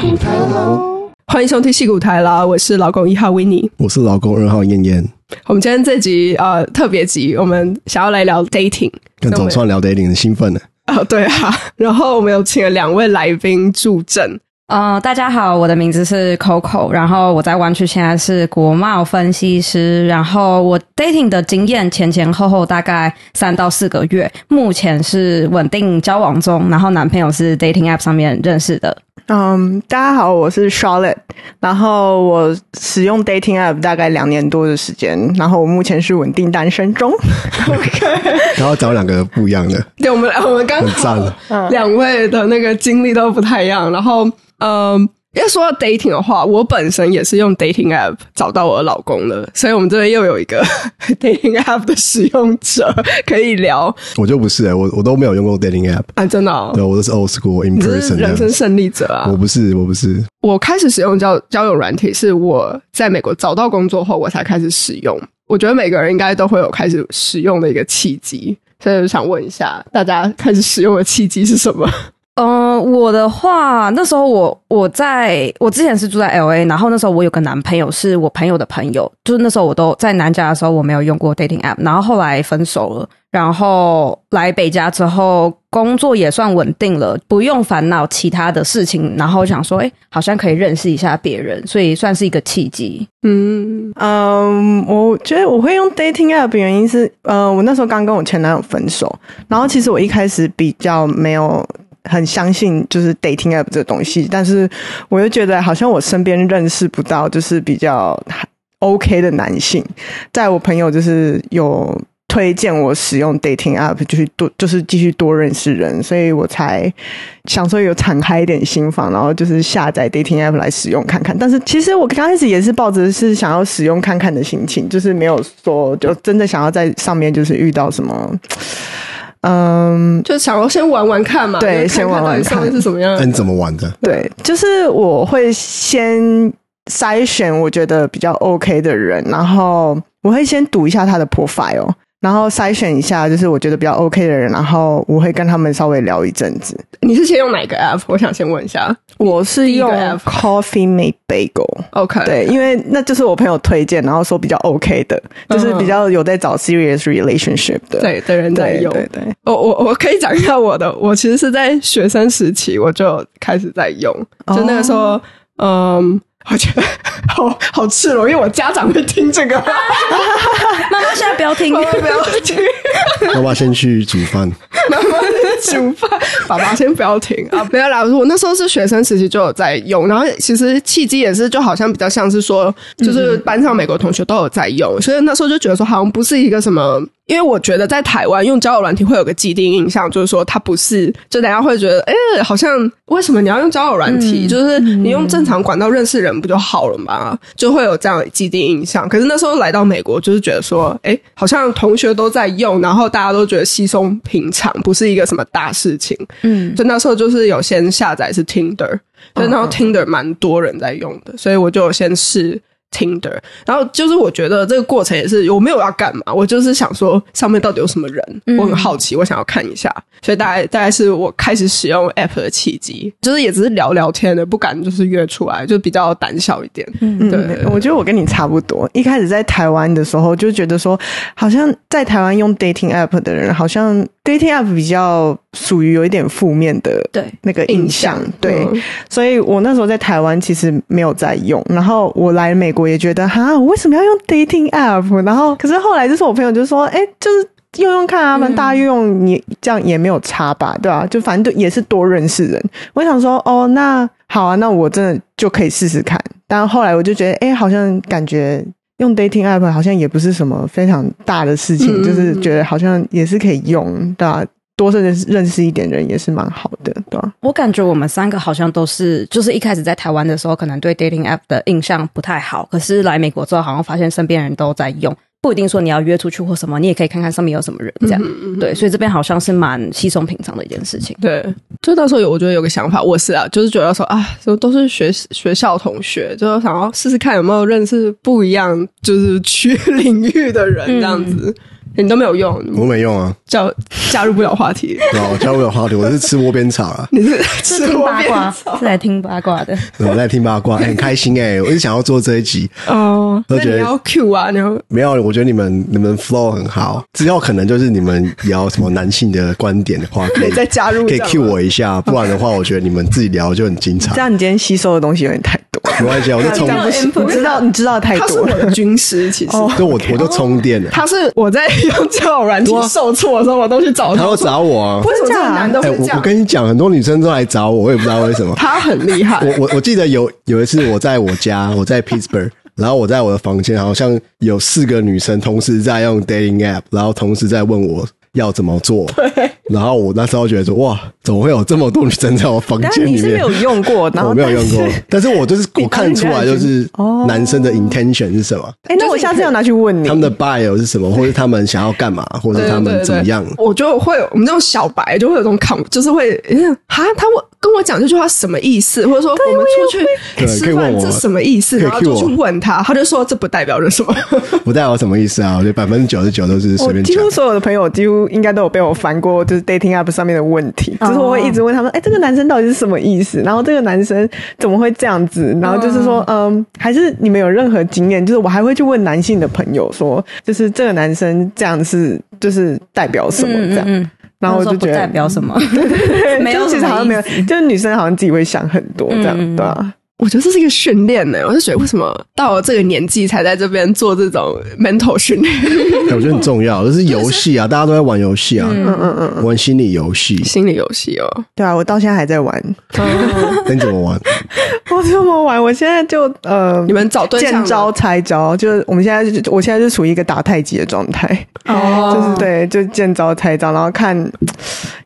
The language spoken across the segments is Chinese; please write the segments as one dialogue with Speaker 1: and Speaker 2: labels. Speaker 1: 骨台楼，
Speaker 2: 欢迎收听戏骨台啦，我是老公一号维尼。
Speaker 1: 我是老公二号燕燕。
Speaker 2: 我们今天这集呃特别集，我们想要来聊 dating。
Speaker 1: 跟
Speaker 2: 那我
Speaker 1: 总
Speaker 2: 们
Speaker 1: 算聊得令人兴奋了。
Speaker 2: 啊、对啊， 然后我们有请了两位来宾助阵。
Speaker 3: 呃，大家好，我的名字是 Coco，然后我在湾区现在是国贸分析师，然后我 dating 的经验前前后后大概三到四个月，目前是稳定交往中，然后男朋友是 dating app 上面认识的。
Speaker 4: 嗯，大家好，我是 Charlotte，然后我使用 dating app 大概两年多的时间，然后我目前是稳定单身中。
Speaker 1: 然后找两个不一样的，
Speaker 2: 对，我们我们刚
Speaker 1: 很赞啊
Speaker 2: 好
Speaker 1: 了。
Speaker 2: 两位的那个经历都不太一样。然后嗯，要说到 dating 的话，我本身也是用 dating app 找到我的老公了，所以我们这边又有一个 dating app 的使用者可以聊
Speaker 1: 我就不是、欸，我我都没有用过 dating app，
Speaker 2: 啊，真的、哦
Speaker 1: 对。我都是 old school in
Speaker 2: 你是嗯
Speaker 1: person 这
Speaker 2: 人
Speaker 1: 样
Speaker 2: 生
Speaker 1: 子。
Speaker 2: 胜利者啊！
Speaker 1: 我不是，我不是，
Speaker 2: 我开始使用交交友软体，是我在美国找到工作后，我才开始使用。我觉得每个人应该都会有开始使用的一个契机，所以我想问一下，大家开始使用的契机是什 么？
Speaker 3: 嗯、我的话，那时候我我在我之前是住在 L A，然后那时候我有个男朋友是我朋友的朋友，就是那时候我都在南加的时候我没有用过 dating app，然后后来分手了，然后来北加之后工作也算稳定了，不用烦恼其他的事情，然后想说，哎，好像可以认识一下别人，所以算是一个契机。
Speaker 2: 嗯，
Speaker 4: 嗯，我觉得我会用 dating app 的原因是，呃，我那时候刚跟我前男友分手，然后其实我一开始比较没有很相信就是 dating app 这东西，但是我就觉得好像我身边认识不到就是比较 OK 的男性，在我朋友就是有推荐我使用 dating app，就是多就是继续多认识人，所以我才想说有敞开一点心房，然后就是下载 dating app 来使用看看。但是其实我刚开始也是抱着是想要使用看看的心情，就是没有说就真的想要在上面就是遇到什么，嗯，
Speaker 2: 就想要先玩玩看嘛，
Speaker 4: 对
Speaker 2: 就是
Speaker 4: 先玩玩
Speaker 2: 到底上面
Speaker 4: 看
Speaker 2: 是什么样
Speaker 1: 那、
Speaker 2: 的。
Speaker 1: 你怎么玩 的？
Speaker 4: 对，就是我会先筛选我觉得比较 OK 的人，然后我会先读一下他的 profile，然后筛选一下就是我觉得比较 OK 的人，然后我会跟他们稍微聊一阵子。
Speaker 2: 你是先用哪个 app？我想先问一下。
Speaker 4: 我是
Speaker 2: 第一个
Speaker 4: 用
Speaker 2: app
Speaker 4: Coffee Mate Bagel。
Speaker 2: OK，，
Speaker 4: 对，因为那就是我朋友推荐，然后说比较 OK 的，就是比较有在找 serious relationship 的。
Speaker 2: 对的人在
Speaker 4: 对
Speaker 2: 用。
Speaker 4: 对对，
Speaker 2: 我哦我我可以讲一下我的，我其实是在学生时期我就开始在用，
Speaker 4: 哦
Speaker 2: 就那个时候，嗯，我觉得 好好赤裸，因为我家长会听这个，
Speaker 3: 妈 妈现在不要听
Speaker 2: 妈妈不要听，
Speaker 1: 要不要先去煮饭？
Speaker 2: 妈妈在煮饭，爸爸先不要听啊，不要啦，我那时候是学生时期就有在用，然后其实契机也是就好像比较像是说，就是班上美国同学都有在用，所以那时候就觉得说好像不是一个什么。因为我觉得在台湾用交友软体会有个既定印象，就是说它不是，就大家会觉得，哎、好像为什么你要用交友软体？就是你用正常管道认识人不就好了嘛？就会有这样的既定印象。可是那时候来到美国，就是觉得说，哎、好像同学都在用，然后大家都觉得稀松平常，不是一个什么大事情。
Speaker 3: 嗯，
Speaker 2: 所以那时候就是有先下载是 Tinder，对，然后
Speaker 4: 嗯
Speaker 2: Tinder 蛮多人在用的，所以我就有先试 Tinder，然后就是我觉得这个过程也是我没有要干嘛，我就是想说上面到底有什么人，
Speaker 4: 嗯
Speaker 2: 我很好奇，我想要看一下，所以大概大概是我开始使用 app 的契机，就是也只是聊聊天的，不敢就是约出来，就比较胆小一点，
Speaker 4: 嗯
Speaker 2: 对，
Speaker 4: 我觉得我跟你差不多。一开始在台湾的时候，就觉得说，好像在台湾用 dating app 的人，好像 dating app 比较属于有一点负面的
Speaker 3: 对
Speaker 4: 那个印象。对，
Speaker 2: 嗯
Speaker 4: 所以我那时候在台湾其实没有在用，然后我来美国也觉得哈，我为什么要用 dating app？然后可是后来就是我朋友就说，哎、就是。用用看啊，反正大家用用你这样也没有差吧，对吧、就反正就也是多认识人。我想说，哦，那好啊，那我真的就可以试试看。但后来我就觉得，哎、好像感觉用 dating app 好像也不是什么非常大的事情，
Speaker 2: 嗯嗯
Speaker 4: 就是
Speaker 2: 嗯
Speaker 4: 觉得好像也是可以用，对吧、多认识认识一点人也是蛮好的，对吧、
Speaker 3: 我感觉我们三个好像都是，就是一开始在台湾的时候，可能对 dating app 的印象不太好，可是来美国之后，好像发现身边人都在用，不一定说你要约出去或什么，你也可以看看上面有什么人这样。对，所以这边好像是蛮稀松平常的一件事情。
Speaker 2: 对，就那时候有，我觉得有个想法，我是啊，就是觉得说啊，就都是学学校同学，就想要试试看有没有认识
Speaker 3: 嗯
Speaker 2: 不一样，就是区领域的人这样子。你都没有用，
Speaker 1: 我没用啊，
Speaker 2: 叫加入不了话题。
Speaker 1: 对啊，我加入了话 题，我是吃窝边草啊，
Speaker 2: 你 是
Speaker 3: 是
Speaker 2: 吃
Speaker 3: 听
Speaker 2: 锅
Speaker 3: 八
Speaker 2: 边
Speaker 3: 卦
Speaker 2: 草，
Speaker 3: 是来听八卦的。
Speaker 1: 我在听八 卦，很开心哎、我一直想要做这一集，
Speaker 2: 哦？
Speaker 1: 都
Speaker 2: 那
Speaker 1: 觉得
Speaker 2: 你要 Q 啊，然后
Speaker 1: 没有，我觉得你们你们 flow 很好，之后可能就是你们聊什么男性的观点的话，可 以
Speaker 2: 再加入
Speaker 1: 可以
Speaker 2: 这样
Speaker 1: cue
Speaker 2: 吗
Speaker 1: 我一下，不然的话，我觉得你们自己聊就很精彩
Speaker 4: 这。样你今天吸收的东西有点太多，
Speaker 1: 没关系啊，我就充
Speaker 4: 这，样不行，你知道你知道太
Speaker 2: 他是
Speaker 4: 多
Speaker 2: 我
Speaker 4: 了。
Speaker 2: 的军师，其实。
Speaker 3: 哦
Speaker 1: 就我我就充电了。
Speaker 2: 他是我在 用交友软体受挫的时候，我都去找
Speaker 1: 他
Speaker 2: 他。
Speaker 1: 都找我啊，
Speaker 2: 为什么这个男的
Speaker 1: 哎、
Speaker 2: 会
Speaker 1: 我
Speaker 2: 这
Speaker 1: 我
Speaker 2: 样？
Speaker 1: 跟你讲，很多女生都来找我，我也不知道为 什么。
Speaker 2: 他很厉害，
Speaker 1: 我我我记得有有一次我在我家，我在 Pittsburgh，然后我在我的房间，好像有四个女生同时在用 dating app，然后同时在问我要怎么做。然后我那时候觉得说，哇，怎么会有这么多女生在我房
Speaker 4: 但
Speaker 1: 间
Speaker 4: 你
Speaker 1: 里
Speaker 4: 是没
Speaker 1: 面
Speaker 4: 有？用过，然后
Speaker 1: 我没有
Speaker 4: 但
Speaker 1: 用
Speaker 4: 是
Speaker 1: 过， 但是我就是我看出来，就是
Speaker 4: 哦
Speaker 1: 男生的 intention 是什么，
Speaker 4: 哎，那我下次要拿去问你
Speaker 1: 他。们的 bio 是什么，或者他们想要干嘛，或者
Speaker 2: 对
Speaker 1: 他们怎么样。
Speaker 2: 对对对我就会有我们这种小白就会有这种抗，就是会嗯哈，他我跟我讲这句话什么意思，或者说我们出
Speaker 1: 对
Speaker 2: 去
Speaker 1: 可以
Speaker 2: 吃
Speaker 1: 问
Speaker 2: 饭
Speaker 1: 我
Speaker 2: 这什么意思，
Speaker 1: 可以
Speaker 2: 然后就
Speaker 1: cue 我
Speaker 2: 去问他，他就说这不代表着什么。
Speaker 1: 不代表什么意思啊？我觉得百分之九十九都是随
Speaker 4: 我
Speaker 1: 便
Speaker 4: 几
Speaker 1: 讲
Speaker 4: 乎。所有的朋友几乎应该都有被我烦过，就是 dating app 上面的问题，就是我会一
Speaker 3: 哦
Speaker 4: 直问他们，哎、这个男生到底是什么意思？然后这个男生怎么会这样子？然后就是说，嗯，还是你们有任何经验？就是我还会去问男性的朋友说，就是这个男生这样是就是代表什么这样？
Speaker 3: 嗯，
Speaker 4: 然后我就觉
Speaker 3: 不代
Speaker 4: 得，
Speaker 3: 表 什么，没有
Speaker 4: 就是其实好像没有
Speaker 3: 什么意，思
Speaker 4: 就是女生好像自己会想很多这样，
Speaker 3: 嗯
Speaker 4: 对啊。
Speaker 2: 我觉得这是一个训练呢、我就觉得为什么到了这个年纪才在这边做这种 mental 训练、
Speaker 1: 对我觉得很重要，就是游戏啊，大家都在玩游戏啊，
Speaker 4: 嗯嗯嗯，
Speaker 1: 玩心理游戏，
Speaker 2: 心理游戏哦？
Speaker 4: 对啊，我到现在还在玩，
Speaker 2: 嗯
Speaker 1: 那你怎么玩？
Speaker 4: 我这么玩，我现在就呃，
Speaker 2: 你们找对象
Speaker 4: 见
Speaker 2: 吗
Speaker 4: 招拆招，就是我们现在就我现在就处于一个打太极的状态，
Speaker 2: 哦
Speaker 4: 就是对，就见招拆招，然后看。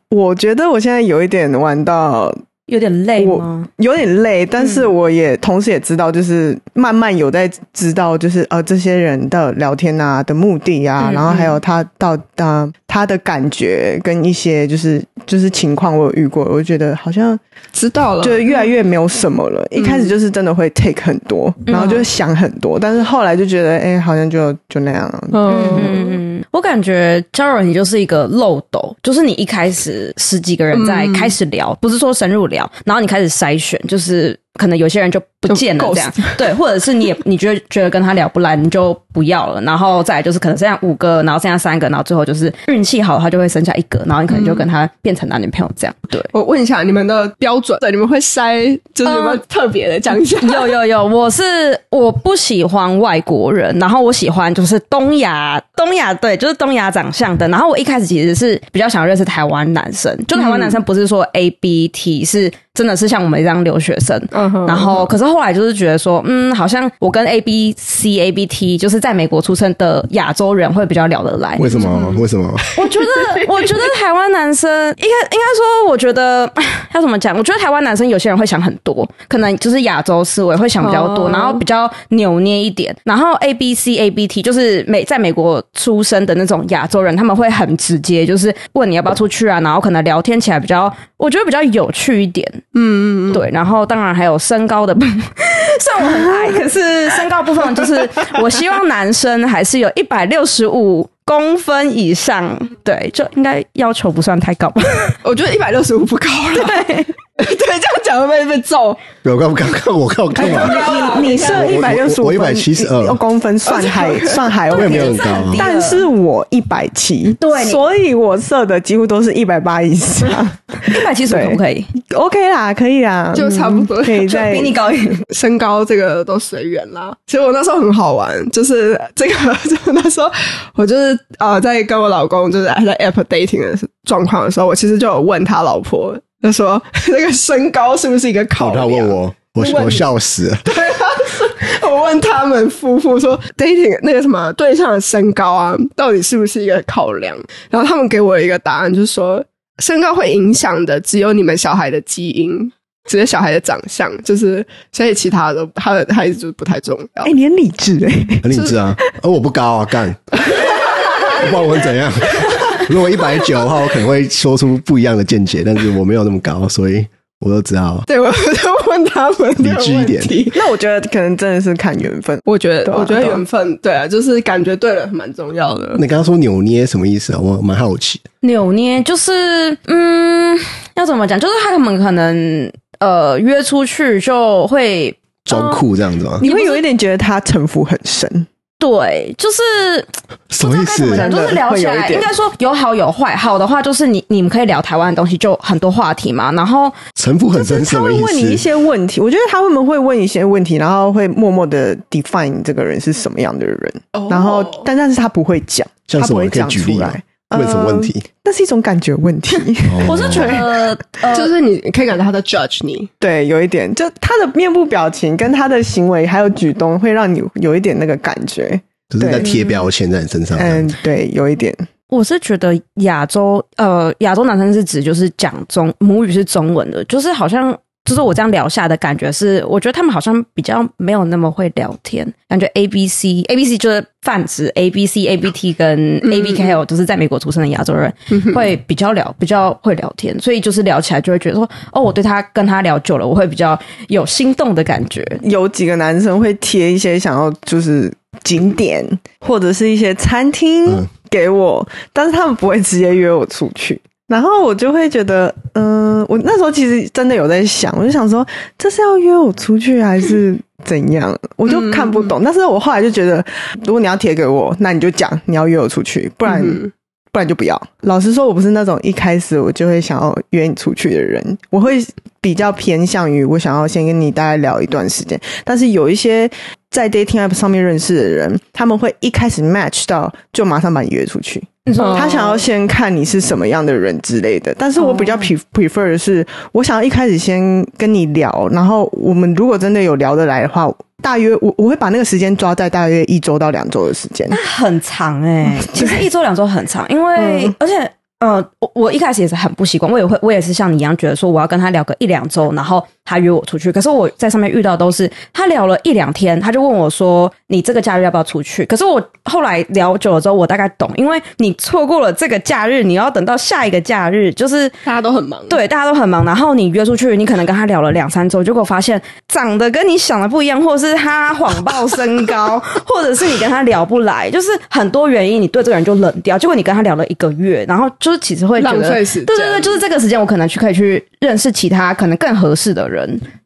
Speaker 4: 我觉得我现在有一点玩到
Speaker 3: 有点累
Speaker 4: 我
Speaker 3: 吗？
Speaker 4: 有点累，但
Speaker 2: 嗯
Speaker 4: 是我也同时也知道，就是慢慢有在知道，就是呃这些人的聊天啊的目的啊，
Speaker 3: 嗯
Speaker 4: 然后还有他到呃他的感觉跟一些就是就是情况，我有遇过，我就觉得好像
Speaker 2: 知道了，
Speaker 4: 就越来越没有什么了。一开始就是真的会 take 很多，然后就会想很多，但是后来就觉得，哎、好像就就那样。
Speaker 2: 嗯，
Speaker 3: 嗯，我感觉交友你就是一个漏斗，就是你一开始十几个人在
Speaker 2: 嗯
Speaker 3: 开始聊，不是说深入聊，然后你开始筛选，就是可能有些人就不见了
Speaker 2: 就
Speaker 3: 这样，对，或者是你也你觉得觉得跟他聊不来，你就不要了，然后再来就是可能剩下五个，然后剩下三个，然后最后就是运气好，他就会剩下一个，然后你可能就跟他变成男女朋友这样，对。
Speaker 2: 我问一下你们的标准，对，你们会筛，就是有没有特别的讲一下？
Speaker 3: 有有有，我是我不喜欢外国人，然后我喜欢就是东亚东亚对，就是东亚长相的。然后我一开始其实是比较想认识台湾男生，就台湾男生不是说 A B T，是真的是像我们这样留学生。
Speaker 2: 嗯哼
Speaker 3: 然后，可是后来就是觉得说，嗯，好像我跟 A B C A B T，就是在美国出生的亚洲人会比较聊得来。
Speaker 1: 为什么？为什么？
Speaker 3: 我觉得，我觉 得台湾男生应该应该说，我觉得 要怎么讲？我觉得台湾男生有些人会想很多，可能就是亚洲思维会想比较多，
Speaker 2: 哦
Speaker 3: 然后比较扭捏一点。然后 A B C A B T 就是美在美国出生的那种亚洲人，他们会很直接，就是问你要不要出去啊，然后可能聊天起来比较，我觉得比较有趣一点。嗯嗯，对。然后当然还有身高的部分，虽然我很矮，可是身高部分就是我希望男生还是有一百六十五。公分以上，对，就应该要求不算太高吧。
Speaker 2: 我觉得一百六十五不高了。 对，这样讲会被被揍。
Speaker 1: 我刚刚看我看我干
Speaker 4: 哎
Speaker 1: 嘛？
Speaker 4: 你你设一百六十五，
Speaker 1: 我172
Speaker 4: 哦公分算海算海
Speaker 1: 我也
Speaker 4: 外
Speaker 1: 没有很高啊
Speaker 4: 但是我一百七，
Speaker 3: 对你
Speaker 4: 所以我设的几乎都是一百八以上。
Speaker 3: 一百七十可不可以？
Speaker 4: OK 啦，可以啦，
Speaker 2: 就差不多
Speaker 4: 嗯可以
Speaker 3: 就
Speaker 4: 再
Speaker 3: 比你高一点。
Speaker 2: 身高这个都随缘啦。其实我那时候很好玩，就是这个， 就那时候我就是呃，在跟我老公就是在 app dating 的状况的时候，我其实就有问他老婆，就说 那个身高是不是一个考
Speaker 1: 好，他
Speaker 2: 量？
Speaker 1: 问我，我
Speaker 2: 你问你
Speaker 1: 我笑死了。
Speaker 2: 对啊，是 我问他们夫妇说，dating 那个什么对象的身高啊，到底是不是一个考量？然后他们给我一个答案，就是说身高会影响的只有你们小孩的基因，只是小孩的长相，就是所以其他的他的孩子就不太重要。
Speaker 4: 哎、你很理智 哎、
Speaker 1: 很理智啊，而我不高啊，干，不管我会怎样。如果一百九的话，我可能会说出不一样的见解，但是我没有那么高，所以我都知道。
Speaker 2: 对，我 就问他们这
Speaker 1: 理智
Speaker 2: 个
Speaker 1: 一
Speaker 2: 问
Speaker 1: 点
Speaker 2: 题。
Speaker 4: 那我觉得可能真的是看缘分。
Speaker 2: 我觉得，
Speaker 4: 对啊
Speaker 2: 我觉得
Speaker 4: 对啊
Speaker 2: 缘分，对啊，就是感觉对了，蛮重要的。
Speaker 1: 你刚刚说扭捏什么意思啊？我蛮好奇。
Speaker 3: 扭捏就是，嗯，要怎么讲？就是他们可能呃约出去就会
Speaker 1: 装酷这样子吗？
Speaker 4: 你会有一点觉得他城府很深，
Speaker 3: 对，就是
Speaker 1: 什么意
Speaker 3: 不知
Speaker 1: 思
Speaker 3: 道该怎么讲？就是聊起
Speaker 4: 会有一
Speaker 3: 来，
Speaker 4: 点
Speaker 3: 应该说有好有坏。好的话就是你你们可以聊台湾的东西，就很多话题嘛。然后
Speaker 1: 城府很深什
Speaker 4: 他
Speaker 1: 么
Speaker 4: 会问你
Speaker 1: 意思？
Speaker 4: 一些问题。我觉得他们会问一些问题，然后会默默的 define 你这个人是什么样的人，
Speaker 2: 哦
Speaker 4: 然后但但是他不会讲，
Speaker 1: 像
Speaker 4: 他
Speaker 1: 什
Speaker 4: 不
Speaker 1: 么
Speaker 4: 会
Speaker 1: 可以
Speaker 4: 讲
Speaker 1: 举
Speaker 4: 出
Speaker 1: 例吗
Speaker 4: 来。嗯
Speaker 1: 问什么问题？哦
Speaker 4: 那是一种感觉问 题，
Speaker 1: 嗯
Speaker 3: 我是觉得呃，
Speaker 2: 就是你可以感觉他在 judge 你，
Speaker 4: 对，有一点，就他的面部表情跟他的行为还有举动，会让你有一点那个感觉。
Speaker 1: 就是在
Speaker 4: 对
Speaker 1: 贴标签在你身上这样
Speaker 4: 嗯
Speaker 1: 子。，
Speaker 4: 对，有一点。
Speaker 3: 我是觉得亚洲呃亚洲男生是指就是讲中母语是中文的，就是好像。就是我这样聊下的感觉是，我觉得他们好像比较没有那么会聊天，感觉 A B C A B C 就是泛指 A B C A B T 跟 A B K L，就是在美国出生的亚洲人会比较聊，比较会聊天，所以就是聊起来就会觉得说，哦，我对他跟他聊久了，我会比较有心动的感觉。
Speaker 4: 有几个男生会贴一些想要就是景点或者是一些餐厅
Speaker 1: 嗯
Speaker 4: 给我，但是他们不会直接约我出去。然后我就会觉得，嗯、我那时候其实真的有在想，我就想说，这是要约我出去还是怎样？我就看不懂。但是我后来就觉得，如果你要贴给我，那你就讲你要约我出去，不然、
Speaker 2: 嗯
Speaker 4: 不然就不要。老实说，我不是那种一开始我就会想要约你出去的人，我会比较偏向于我想要先跟你大概聊一段时间。但是有一些在 dating app 上面认识的人，他们会一开始 match 到就马上把你约出去。
Speaker 3: 你说
Speaker 4: 他想要先看你是什么样的人之类的。但是我比较 pre prefer 的是，我想要一开始先跟你聊，然后我们如果真的有聊得来的话，大约我我会把那个时间抓在大约一周到两周的时间。
Speaker 3: 很长哎、 其实一周两周很长，因为、而且呃，我我一开始也是很不习惯，我也会我也是像你一样觉得说我要跟他聊个一两周，然后他约我出去。可是我在上面遇到都是他聊了一两天，他就问我说你这个假日要不要出去？可是我后来聊久了之后，我大概懂，因为你错过了这个假日，你要等到下一个假日，就是
Speaker 2: 大家都很忙，
Speaker 3: 对，大家都很忙，然后你约出去，你可能跟他聊了两三周，结果发现长得跟你想的不一样，或者是他谎报身 高，或者是你跟他聊不来，就是很多原因，你对这个人就冷掉。结果你跟他聊了一个月，然后就是其实会觉得
Speaker 2: 浪费时间
Speaker 3: 对对对，就是这个时间我可能去可以去认识其他可能更合适的人。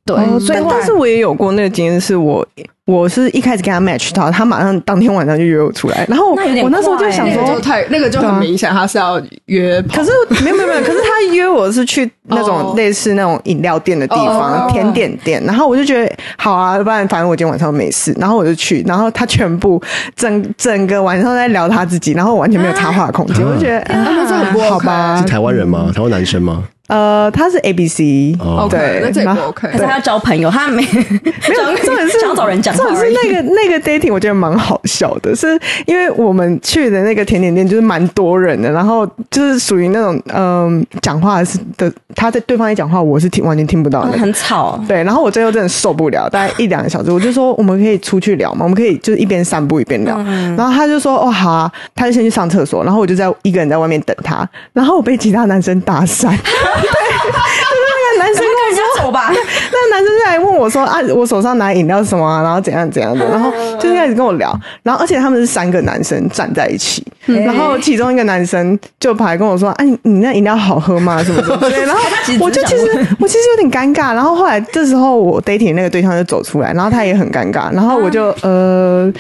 Speaker 3: 对，所以
Speaker 4: 哦嗯但
Speaker 3: 后来
Speaker 4: 但是我也有过那个经验，是我我是一开始跟他 match 到，他马上当天晚上就约我出来，然后我
Speaker 3: 那有点
Speaker 4: 我那时候就
Speaker 3: 快
Speaker 4: 想
Speaker 2: 欸那个就
Speaker 4: 说。
Speaker 2: 太那个就
Speaker 4: 对啊
Speaker 2: 很明显，他是要约跑，
Speaker 4: 可是没有没有没有，可是他约我是去那种
Speaker 2: 哦
Speaker 4: 类似那种饮料店的地
Speaker 2: 哦
Speaker 4: 方，甜点店，然后我就觉得好啊，不然反正我今天晚上没事，然后我就去，然后他全部整整个晚上在聊他自己，然后我完全没有插话的空间，我就觉得啊
Speaker 2: 啊那这很不 OK
Speaker 4: 好吧
Speaker 1: 是，台湾人吗？台湾男生吗？
Speaker 4: 呃，他是 A B C，
Speaker 1: 哦
Speaker 2: OK，那
Speaker 4: 对，
Speaker 2: 这也
Speaker 4: 然
Speaker 2: 不
Speaker 4: 后
Speaker 2: OK，
Speaker 3: 还是他要交朋友，他没没
Speaker 4: 没 有，重点是
Speaker 3: 想要找人讲话
Speaker 4: 重
Speaker 3: 而
Speaker 4: 点
Speaker 3: 已。
Speaker 4: 是那个那个 dating 我觉得蛮好笑的，是因为我们去的那个甜点店就是蛮多人的，然后就是属于那种嗯讲话是的，他在对方在讲话，我是听完全听不到的
Speaker 3: 嗯
Speaker 4: 那个。
Speaker 3: 很吵，
Speaker 4: 对，然后我最后真的受不了，大概一两个小时，我就说我们可以出去聊嘛，我们可以就是一边散步一边
Speaker 3: 嗯
Speaker 4: 聊。然后他就说哦好啊，他就先去上厕所，然后我就在一个人在外面等他，然后我被其他男生搭讪， 对，就是那个男生
Speaker 3: 跟人家走吧。
Speaker 4: 那男生就来问我说啊，我手上拿饮料是什么、啊，然后怎样怎样的，然后就开始跟我聊，然后而且他们是三个男生站在一起，然后其中一个男生就跑来跟我说，哎、你你那饮料好喝吗？什么什么 之类的，然后
Speaker 3: 其实只
Speaker 4: 我就
Speaker 3: 想
Speaker 4: 其实我其实有点尴尬，然后后来这时候我 dating 那个对象就走出来，然后他也很尴尬，然后我就呃。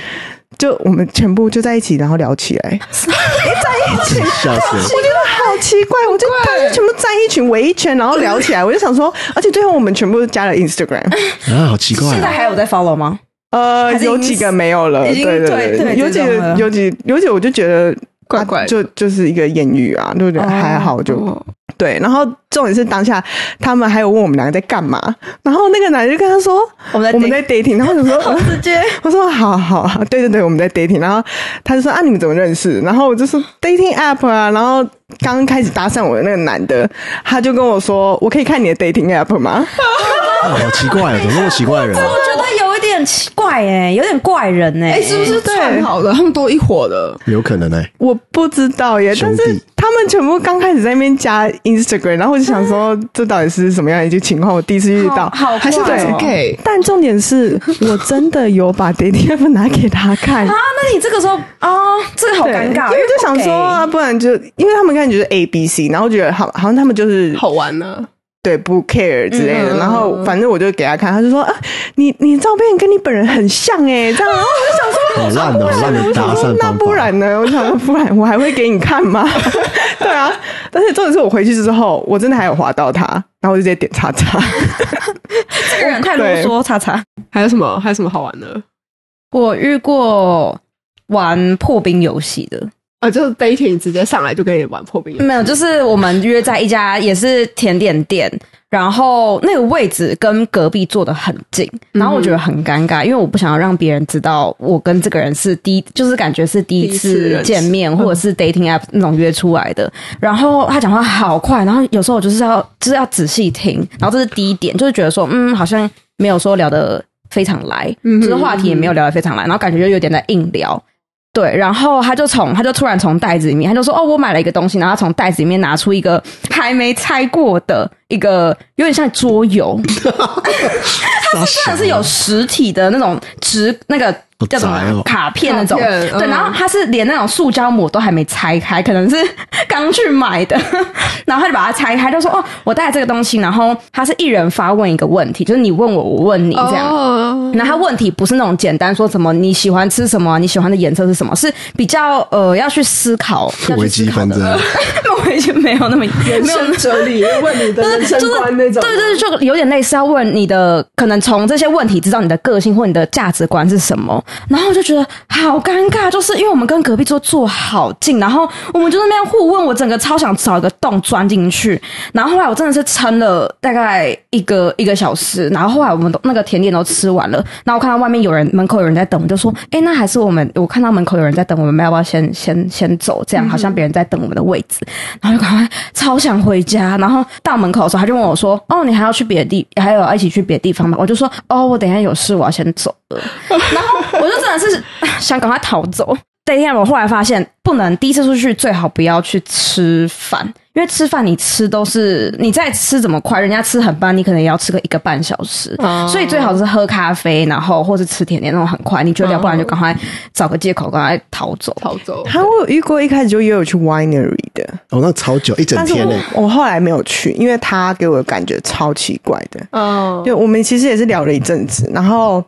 Speaker 4: 就我们全部就在一起，然后聊起来，
Speaker 1: 吓死人！
Speaker 4: 我觉得好奇怪，我就大家全部站一群围一圈，然后聊起来，我就想说，而且最后我们全部都加了 Instagram，
Speaker 1: 啊，好奇怪
Speaker 3: 现在
Speaker 1: 啊！
Speaker 3: 还有在 follow 吗？
Speaker 4: 呃
Speaker 3: 还，是已
Speaker 4: 有
Speaker 3: 经
Speaker 4: 几个没有了，
Speaker 3: 已经
Speaker 4: 对
Speaker 3: 对对
Speaker 4: 对，有几
Speaker 3: 这种
Speaker 4: 个
Speaker 3: 了
Speaker 4: 有几有几，我就觉得
Speaker 2: 怪
Speaker 4: 啊
Speaker 2: 怪的
Speaker 4: 就就是一个艳遇啊，对不对？
Speaker 3: 哦
Speaker 4: 还好就对。然后重点是当下他们还有问我们两个在干嘛，然后那个男的就跟他说
Speaker 3: 我们在
Speaker 4: 我们
Speaker 3: dating
Speaker 4: 在 dating，然后 我说
Speaker 3: 直接
Speaker 4: 我说好好，好对对对，我们在 dating。然后他就说啊，你们怎么认识？然后我就说 dating app 啊。然后刚开始搭讪我的那个男的，他就跟我说，我可以看你的 dating app 吗？
Speaker 1: 哦啊好奇怪啊，怎么那么奇怪的人啊？
Speaker 3: 我觉得有一点奇怪怪哎、有点怪人哎、
Speaker 2: 哎、是不是串好了？他们都一伙的，
Speaker 1: 有可能哎、
Speaker 4: 我不知道耶，
Speaker 1: 兄
Speaker 4: 但
Speaker 1: 弟
Speaker 4: 是他们全部刚开始在那边加 Instagram，然后我就想说，这到底是什么样一句情况？我第一次遇到。
Speaker 3: 好好
Speaker 2: 还是
Speaker 3: 怪
Speaker 2: 他是
Speaker 3: 哦
Speaker 2: gay？
Speaker 4: 但重点是我真的有把 dating app 拿给他
Speaker 3: 啊，，
Speaker 4: 看
Speaker 3: 那你这个时候啊，这个好
Speaker 4: 对
Speaker 3: 尴尬，
Speaker 4: 因为我就
Speaker 3: 不
Speaker 4: 想
Speaker 3: 给
Speaker 4: 说
Speaker 2: 哦
Speaker 4: 啊，不然就因为他们看就是 A B C，然后觉得好好像他们就是
Speaker 2: 好玩呢、
Speaker 4: 对不 care 之类的，
Speaker 2: 嗯
Speaker 4: 然后反正我就给他看，他就说啊，你你照片跟你本人很像哎、这样，然后我就想说。
Speaker 1: 好烂的、好烂的搭
Speaker 4: 啊我
Speaker 1: 讪
Speaker 4: 说哦那
Speaker 1: 方
Speaker 4: 不
Speaker 1: 法。
Speaker 4: 然呢？我想说，不然我还会给你看吗？ 对啊，但是重点是我回去之后，我真的还有划到他，然后我就直接点叉 叉。
Speaker 3: 这个人太啰嗦，查查。
Speaker 2: 还有什么？还有什么好玩的？
Speaker 3: 我遇过玩破冰游戏的，
Speaker 2: 啊，就是 dating 直接上来就跟你玩破冰了，
Speaker 3: 没有，就是我们约在一家也是甜点店，然后那个位置跟隔壁坐的很近，然后我觉得很尴尬，因为我不想要让别人知道我跟这个人是第一，就是感觉是第一
Speaker 2: 第一次
Speaker 3: 次
Speaker 2: 认识
Speaker 3: 见面或者是 dating app 那种约出来的。然后他讲话好快，然后有时候我就是要就是要仔细听，然后这是第一点，就是觉得说嗯，好像没有说聊得非常来，
Speaker 2: 嗯哼
Speaker 3: 就是话题也没有聊得非常来，然后感觉就有点在硬聊。对，然后他就从他就突然从袋子里面，他就说：“哦，我买了一个东西。”然后他从袋子里面拿出一个还没拆过的一个，有点像桌游，
Speaker 1: 他
Speaker 3: 真 的是有实体的那种纸那个。
Speaker 1: 好
Speaker 3: 叫什么啊
Speaker 1: 宅哦
Speaker 3: 卡片那种？
Speaker 2: 卡片
Speaker 3: 对，
Speaker 2: 嗯
Speaker 3: 然后他是连那种塑胶膜都还没拆开，可能是 刚去买的， 然后他就把它拆开，就说：“哦，我带了这个东西。”然后他是一人发问一个问题，就是你问我，我问你这样。
Speaker 2: 哦
Speaker 3: 那他问题不是那种简单说什么你喜欢吃什么，你喜欢的颜色是什么，是比较呃要去思考， 要去
Speaker 1: 微
Speaker 3: 思
Speaker 1: 积
Speaker 3: 考
Speaker 1: 分啊真
Speaker 3: 的。
Speaker 1: 的
Speaker 3: 我已经没有那么
Speaker 2: 人
Speaker 3: 没有
Speaker 2: 生哲理问 你的人生观那种，
Speaker 3: 对对，对就有点类似要问你的，可能从这些问题知道你的个性或你的价值观是什么。然后我就觉得好尴尬，就是因为我们跟隔壁桌坐好近，然后我们就在那边互问，我整个超想找一个洞钻进去。然后后来我真的是撑了大概一个一个小时，然后后来我们都那个甜点都吃完了，然后我看到外面有人门口有人在等，我就说，哎，那还是我们，我看到门口有人在等，我们要不要先先先走？这样
Speaker 2: 嗯
Speaker 3: 好像别人在等我们的位置。然后就赶快超想回家。然后到门口的时候，他就问我说：“哦，你还要去别的地，还有要一起去别的地方吗？”我就说：“哦，我等一下有事，我要先走了。”然后我就真的是啊想赶快逃走。对，因为我后来发现，不能第一次出去最好不要去吃饭，因为吃饭你吃都是你在吃怎么快，人家吃很慢，你可能也要吃个一个半小时。
Speaker 2: 啊哦
Speaker 3: 所以最好是喝咖啡，然后或是吃甜点那种很快，你觉得要不然就赶快找个借口赶快逃走。
Speaker 2: 逃走。
Speaker 4: 还有遇过一开始就约我去 winery 的，
Speaker 1: 哦，那超久一整
Speaker 4: 但是
Speaker 1: 天呢、
Speaker 4: 我我后来没有去，因为他给我的感觉超奇怪的。
Speaker 2: 嗯，
Speaker 4: 对，我们其实也是聊了一阵子，然后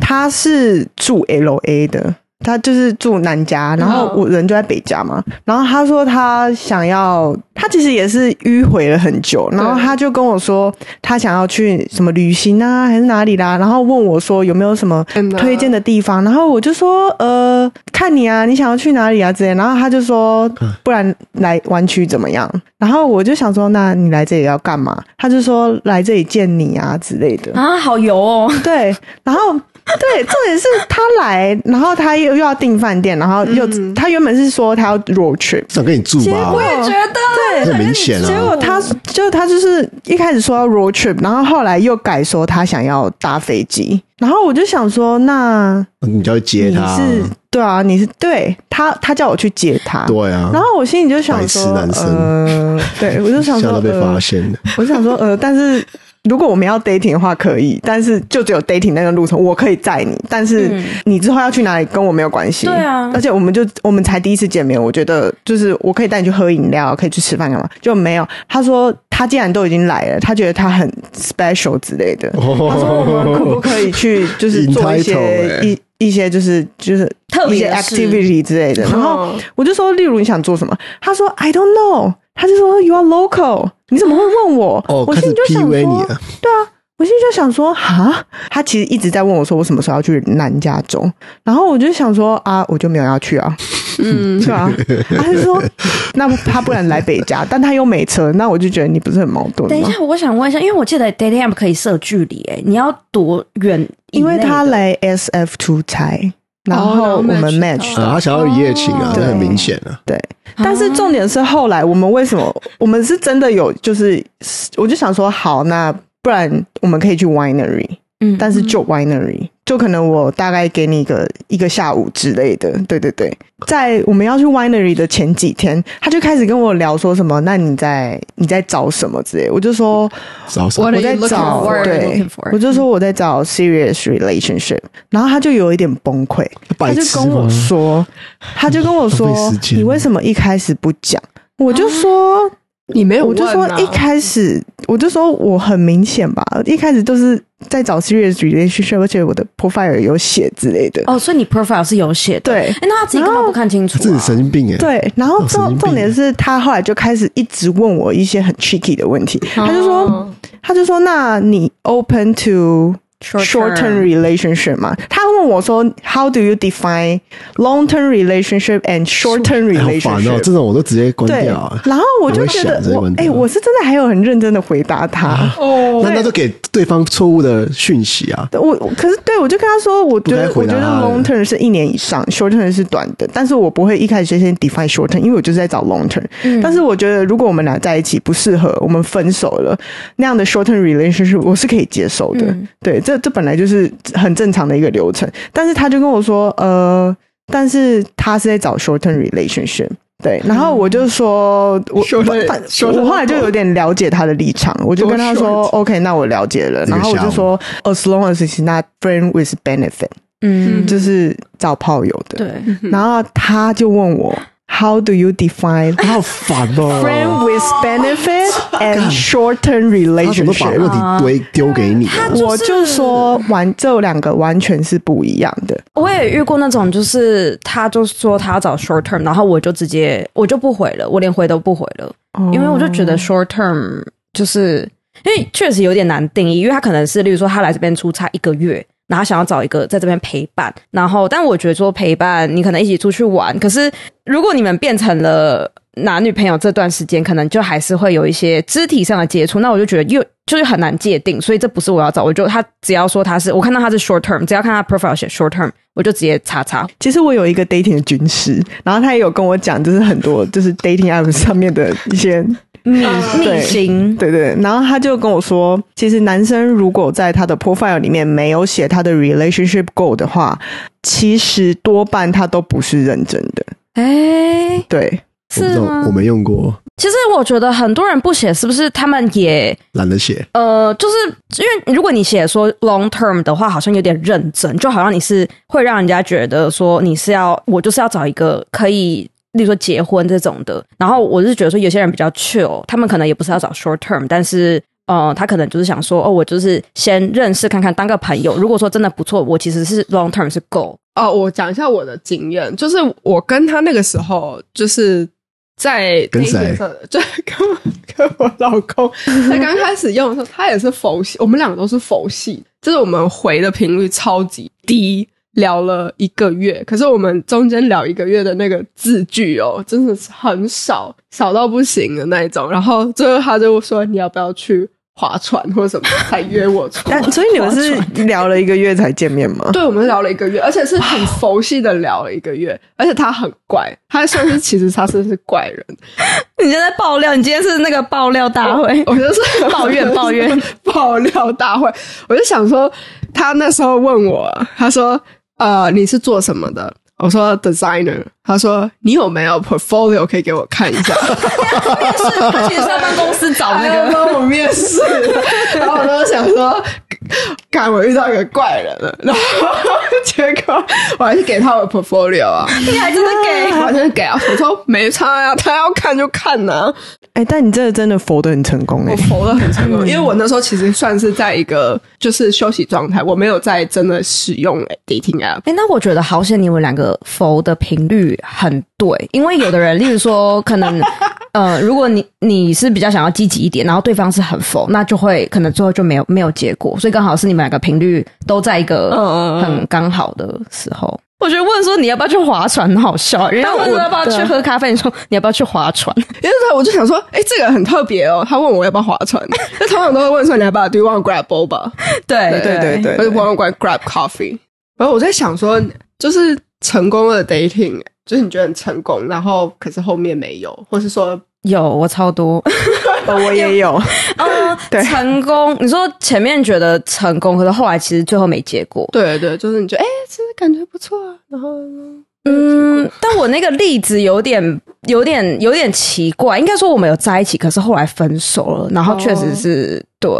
Speaker 4: 他是住 L A 的，他就是住南家，然
Speaker 2: 嗯
Speaker 4: 后我人就在北家嘛。然后他说他想要，他其实也是迂回了很久，然后
Speaker 2: 对
Speaker 4: 他就跟我说他想要去什么旅行啊，还是哪里啦，然后问我说有没有什么
Speaker 2: 真的
Speaker 4: 推荐的地方，然后我就说呃，看你啊，你想要去哪里啊之类，然后他就说不然来湾区怎么样？然后我就想说，那你来这里要干嘛？他就说来这里见你啊之类的。
Speaker 3: 啊，好油哦！
Speaker 4: 对，然后对，重点是他来，然后他又又要订饭店，然后又、他原本是说他要 road trip，
Speaker 1: 想跟你住吧，
Speaker 3: 觉得
Speaker 4: 对，
Speaker 1: 这很明显
Speaker 4: 结
Speaker 1: 啊。
Speaker 4: 果他就他就是一开始说要 road trip，然后后来又改说他想要搭飞机，然后我就想说，那
Speaker 1: 你就要接
Speaker 4: 你
Speaker 1: 他啊，
Speaker 4: 是对啊，你是对他，他叫我去接他，
Speaker 1: 对啊
Speaker 4: 然，后我心里就想说
Speaker 1: 白痴男，生
Speaker 4: 呃，对我就想
Speaker 1: 吓
Speaker 4: 说，
Speaker 1: 到被
Speaker 4: 呃
Speaker 1: 发现了。
Speaker 4: 我想说，呃，但是如果我们要 dating 的话，可以，但是就只有 dating 那个路程，我可以载你，但是
Speaker 3: 嗯
Speaker 4: 你之后要去哪里跟我没有关系。
Speaker 3: 对啊
Speaker 4: 而且我们就我们才第一次见面，我觉得就是我可以带你去喝饮料，可以去吃饭干嘛，就没有。他说他既然都已经来了，他觉得他很 special 之类的。
Speaker 1: 哦
Speaker 4: 他说呃我们可 不可以去，就是做一
Speaker 1: Entitled
Speaker 4: 些
Speaker 1: 欸
Speaker 4: 一一些就是就是
Speaker 3: 特别
Speaker 4: 一些
Speaker 3: 的事哦
Speaker 4: activity 之
Speaker 2: 嗯
Speaker 4: 类的，然后我就说，例如你想做什么？他说 I don't know，他就说 You are local，你怎么会问我？
Speaker 1: 哦，
Speaker 4: 我
Speaker 1: 开
Speaker 4: 心
Speaker 1: 始
Speaker 4: 里就想
Speaker 1: PUA
Speaker 4: 说
Speaker 1: 你，了，
Speaker 4: 我心里就想说，哈，他其实一直在问我说，我什么时候要去南加州？然后我就想说，啊，我就没有要 去啊，嗯，对啊。他就说，那他不然来北加， 但他又没车，那我就觉得你不是很矛盾
Speaker 3: 等一
Speaker 4: 吗？
Speaker 3: 下，我想问一下，因为我记得 dating app 可以设距离，哎，你要多远以
Speaker 4: 因
Speaker 3: 内的？
Speaker 4: 为他来 SF 出差，
Speaker 2: 哦然
Speaker 4: 然
Speaker 2: 后
Speaker 4: 后我们
Speaker 2: match
Speaker 4: match
Speaker 1: 啊，他想要一夜情啊，
Speaker 3: 哦
Speaker 1: 这很明显啊。
Speaker 4: 哦对，但是重点是后来我们为什么我们是真的有就是，我就想说好，那不然我们可以去 winery，
Speaker 3: 嗯
Speaker 4: 但是就 winery，就可能我大概给你一个一个下午之类的，对对对，在我们要去 winery 的前几天，他就开始跟我聊说什么，那你在你在找什么之类，我就说
Speaker 1: 找什
Speaker 2: What
Speaker 1: 么
Speaker 2: are
Speaker 4: 我在
Speaker 2: you looking
Speaker 4: 找
Speaker 2: for?
Speaker 4: 对
Speaker 3: Looking for.，
Speaker 4: 我就说我在找 serious relationship，然后他就有一点崩溃，他
Speaker 1: 白
Speaker 4: 就
Speaker 1: 痴
Speaker 4: 跟我
Speaker 1: 吗
Speaker 4: 说，啊他就跟我
Speaker 1: 浪费
Speaker 4: 说
Speaker 1: 时，间啊
Speaker 4: 你为什么一开始不讲？我就说，
Speaker 2: 你没有
Speaker 4: 我
Speaker 2: 问
Speaker 4: 就
Speaker 2: 啊、
Speaker 4: 说一开始，我就说我很明显吧，一开始都是在找 serious relationship，而且我的 profile 有写之类的。
Speaker 3: 哦，所以你 profile 是有写的，
Speaker 4: 对
Speaker 3: 诶那他自己干嘛不看清楚、
Speaker 1: 他
Speaker 3: 啊？
Speaker 1: 真的神经病哎、
Speaker 4: 对，然后
Speaker 1: 哦神经
Speaker 4: 重
Speaker 1: 病
Speaker 4: 重点是他后来就开始一直问我一些很 tricky 的问题，他就说，他就说，那你 open to short term relationship 嘛？他问我说，How do you define long term relationship and short term
Speaker 1: 哎好烦哦、
Speaker 4: relationship？
Speaker 1: 这种我都直接关
Speaker 4: 对
Speaker 1: 掉、啊，。
Speaker 4: 然后我就
Speaker 1: 我会
Speaker 4: 觉
Speaker 1: 想
Speaker 4: 得
Speaker 1: 这些
Speaker 4: 我
Speaker 1: 问题啊
Speaker 4: 哎、我是真的还有很认真的回答他。
Speaker 2: 哦
Speaker 1: 那那就给对方错误的讯息 啊。
Speaker 4: 我我可是对我就跟他说，我觉得
Speaker 1: 不
Speaker 4: 我
Speaker 1: 该回
Speaker 4: 觉
Speaker 1: 答
Speaker 4: 得
Speaker 1: 他
Speaker 4: long term 是一年以上，short term 是短的，但是我不会一开始就先 define short term，因为我就是在找 long term、但是
Speaker 3: 嗯
Speaker 4: 我觉得如果我们俩在一起不适合，我们分手了，那样的 short term relationship 我是可以接
Speaker 3: 嗯
Speaker 4: 受的。对，这这本来就是很正常的一个流程。但是他就跟我说，呃，但是他是在找 short term relationship。对，然后我就说，我
Speaker 2: Short term-
Speaker 4: 反
Speaker 2: short term
Speaker 4: 我后来就有点了解他的立场，我就跟他说
Speaker 2: 多 short
Speaker 4: ，OK，那我了解了。
Speaker 1: 这个
Speaker 4: 然后我
Speaker 1: 下
Speaker 4: 就
Speaker 1: 午
Speaker 4: 说，as long as it's not friend with benefit，、
Speaker 3: 嗯，
Speaker 4: 就是找炮友的。
Speaker 3: 对，
Speaker 4: 然后他就问我，How do you define
Speaker 1: 他好烦哦、
Speaker 4: friend with benefit and short-term
Speaker 1: 他怎么把问
Speaker 4: relationship？
Speaker 1: 题堆丢给你、
Speaker 3: 他
Speaker 1: 啊？
Speaker 3: 就是
Speaker 4: 我就说完这两个完全是不一样的。
Speaker 3: 我也遇过那种，就是他就说他要找 short term，然后我就直接我就不回了，我连回都不回了，因为我就
Speaker 4: 哦
Speaker 3: 觉得 short term 就是因为确实有点难定义，因为他可能是例如说他来这边出差一个月。然后他想要找一个在这边陪伴，然后但我觉得说陪伴，你可能一起出去玩，可是如果你们变成了男女朋友这段时间，可能就还是会有一些肢体上的接触，那我就觉得又就是很难界定，所以这不是我要找，我就他只要说他是我看到他是 short term，只要看他 profile 写 short term，我就直接叉叉。
Speaker 4: 其实我有一个 dating 的军师，然后他也有跟我讲，就是很多就是 dating app 上面的一些
Speaker 3: 逆
Speaker 1: 啊
Speaker 4: 对
Speaker 3: 逆行，
Speaker 4: 对对，然后他就跟我说，其实男生如果在他的 profile 里面没有写他的 relationship goal 的话，其实多半他都不是认真的。
Speaker 3: 哎、
Speaker 4: 对，
Speaker 1: 我不
Speaker 3: 是
Speaker 1: 知道
Speaker 3: 吗
Speaker 1: 我？没用过，
Speaker 3: 其实我觉得很多人不写，是不是他们也
Speaker 1: 懒得写。
Speaker 3: 呃，就是因为如果你写说 long term 的话，好像有点认真，就好像你是会让人家觉得说你是要我就是要找一个可以。例如说结婚这种的，然后我是觉得说有些人比较 chill，他们可能也不是要找 short term，但是呃，他可能就是想说哦，我就是先认识看看，当个朋友。如果说真的不错，我其实是 long term 是 goal，
Speaker 2: 哦，我讲一下我的经验，就是我跟他那个时候就是在
Speaker 1: 跟谁
Speaker 2: dating 上的， 就跟我跟我老公，他刚开始用的时候，他也是佛系，我们两个都是佛系，就是我们回的频率超级低，聊了一个月，可是我们中间聊一个月的那个字句哦，真的是很少，少到不行的那一种。然后最后他就说你要不要去划船或什么，才约我出来
Speaker 4: 但。所以你们是聊了一个月才见面吗？
Speaker 2: 对，我们聊了一个月，而且是很佛系的聊了一个月，而且他很怪，他算是其实他算是怪人，
Speaker 3: 你现在爆料，你今天是那个爆料 大会，
Speaker 2: 我就是
Speaker 3: 抱怨抱怨
Speaker 2: 爆料大会。我就想说，他那时候问我，他说：“呃，你是做什么的？”我说：“designer。”他说：“你有没有 portfolio 可以给我看一下？”
Speaker 3: 面试他其实上办公司找那
Speaker 2: 他
Speaker 3: 个，
Speaker 2: 就跟我面 试，然后我就想说，看我遇到一个怪人了，然后 结果我还是给他我的 portfolio 啊。
Speaker 3: 你还真的给。
Speaker 2: 好像给啊，我说没差呀、他要看就看呐、
Speaker 4: 哎、但你这个真的佛的很成功哎、
Speaker 2: 我否的很成
Speaker 3: 嗯
Speaker 2: 功，因为我那时候其实算是在一个就是休息状态，我没有在真的使用 dating app。
Speaker 3: 哎、那我觉得好险，你们两个否的频率很对，因为有的人，例如 说，可能，呃，如果你你是比较想要积极一点，然后对方是很否，那就会可能最后就没有没有结果，所以刚好是你们两个频率都在一
Speaker 2: 嗯
Speaker 3: 个
Speaker 2: 嗯嗯
Speaker 3: 很刚好的时候。我觉得问说你要不要去划船，很好笑。人家问啊说要不要去喝咖啡，你说你要不要去划船？
Speaker 2: 因为我就想说，哎、这个很特别哦。他问我要不要划船，那通常都会问说你要不要 do you want to grab boba，
Speaker 3: 对
Speaker 4: 对对对
Speaker 2: 或者 want to grab coffee。然后我在想说，就是成功的 dating，就是你觉得很成功，然后可是后面没有，或是说
Speaker 3: 有我超多，
Speaker 4: 呃，我也 有，
Speaker 3: 嗯，
Speaker 4: 对
Speaker 3: 成功。你说前面觉得成功，可是后来其实最后没结果。
Speaker 2: 对对，就是你觉得哎，其实感觉不错啊，然后呢
Speaker 3: 嗯，但我那个例子有点、有点、有点奇怪。应该说我们有在一起，可是后来分手了。然后确实是、对，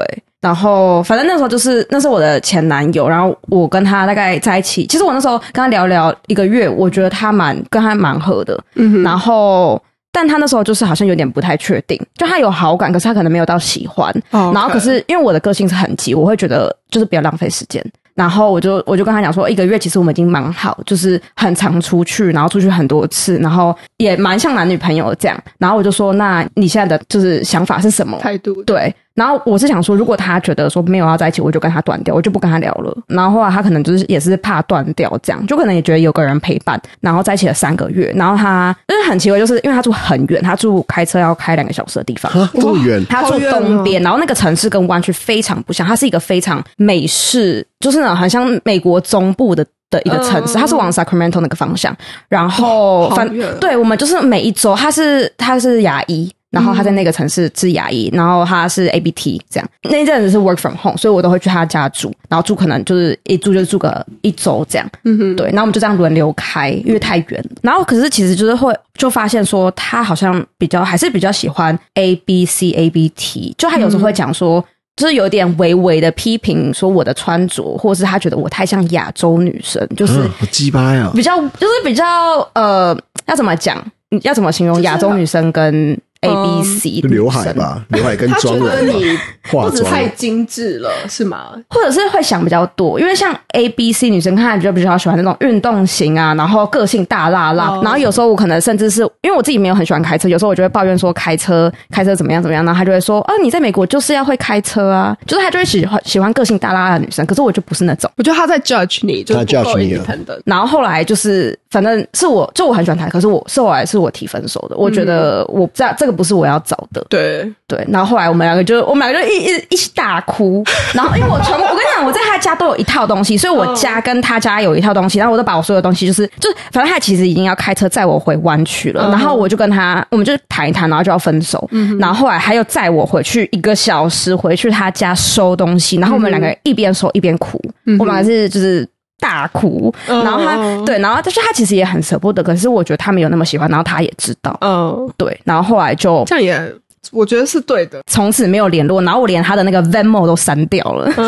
Speaker 3: 然后反正那时候就是那是我的前男友，然后我跟他大概在一起。其实我那时候跟他聊聊一个月，我觉得他蛮跟他蛮合的。嗯，然后。但他那时候就是好像有点不太确定，就他有好感，可是他可能没有到喜欢。
Speaker 4: 哦
Speaker 3: 然后可是因为我的个性是很急，我会觉得就是不要浪费时间。然后我就我就跟他讲说，一个月其实我们已经蛮好，就是很常出去，然后出去很多次，然后也蛮像男女朋友这样。然后我就说，那你现在的就是想法是什么？
Speaker 2: 态度
Speaker 3: 对，然后我是想说，如果他觉得说没有要在一起，我就跟他断掉，我就不跟他聊了。然后后来他可能就是也是怕断掉，这样就可能也觉得有个人陪伴，然后在一起了三个月，然后他就是很奇怪，就是因为他住很远，他住开车要开两个小时的地方，
Speaker 1: 啊，这么远，
Speaker 3: 他
Speaker 2: 好
Speaker 3: 住
Speaker 2: 远哦
Speaker 3: 东边，然后那个城市跟湾区非常不像，它是一个非常美式，就是那种很像美国中部的的一个城市，
Speaker 2: 嗯
Speaker 3: 它是往 Sacramento 那个方向。然后
Speaker 2: 好
Speaker 3: 反
Speaker 2: 远哦
Speaker 3: 对我们就是每一周，他是他是牙医。然后他在那个城市是牙医，然后他是 ABT 这样。那一阵子是 work from home，所以我都会去他家住，然后住可能就是一住就住个一周这样。嗯哼，对。然后我们就这样轮流开，因为太远。然后可是其实就是会就发现说，他好像比较还是比较喜欢 A B C A B T，就他有时候会讲说。就是有点微微的批评，说我的穿着，或是他觉得我太像亚洲女生，就是
Speaker 1: 啊，好鸡巴呀！
Speaker 3: 比较，就是比较呃，要怎么讲？你要怎么形容亚洲女生跟 A B C
Speaker 1: 刘海？吧，刘海跟
Speaker 2: 他觉
Speaker 1: 妆
Speaker 2: 得
Speaker 1: 容吧，
Speaker 2: 你
Speaker 1: 化
Speaker 2: 不止
Speaker 1: 妆
Speaker 2: 太精致了，是吗？
Speaker 3: 或者是会想比较多，因为像 A B C 女生，看起来就比较喜欢那种运动型啊，然后个性大辣辣。
Speaker 2: 哦
Speaker 3: 然后有时候我可能甚至是因为我自己没有很喜欢开车，有时候我就会抱怨说开车开车怎么样怎么样，然后他就会说啊，你在美国就是要会开车啊，就是他就会喜欢喜欢个性大辣辣的女生，可是我就不是那种。
Speaker 2: 我觉得他在 judge 你，就是
Speaker 1: 他
Speaker 2: 不够
Speaker 1: judge 你了
Speaker 2: independent
Speaker 3: 然后后来就是，反正是我，就我很喜欢他，可是我是后来是我提分手的。我觉得我这这个不是我要找的，
Speaker 2: 对，
Speaker 3: 对。然后后来我们两个就我们两个就一一一起大哭。然后因为我全部，我跟你讲，我在他家都有一套东西，所以我家跟他家有一套东西，然后我都把我所有东西就是就是，反正他其实已经要开车载我回湾区了，然后我就跟他，我们就谈一谈，然后就要分手。然后后来他又载我回去一个小时，回去他家收东西，然后我们两个一边收一边哭，我们还是就是。大哭，然后他、
Speaker 2: 嗯
Speaker 3: 对，然后就是他其实也很舍不得，可是我觉得他没有那么喜欢，然后他也知道，
Speaker 2: 嗯，
Speaker 3: 对，然后后来就
Speaker 2: 这样也我觉得是对 的。
Speaker 3: 从此没有联络，然后我连他的那个 Venmo 都删掉了，
Speaker 4: 哎、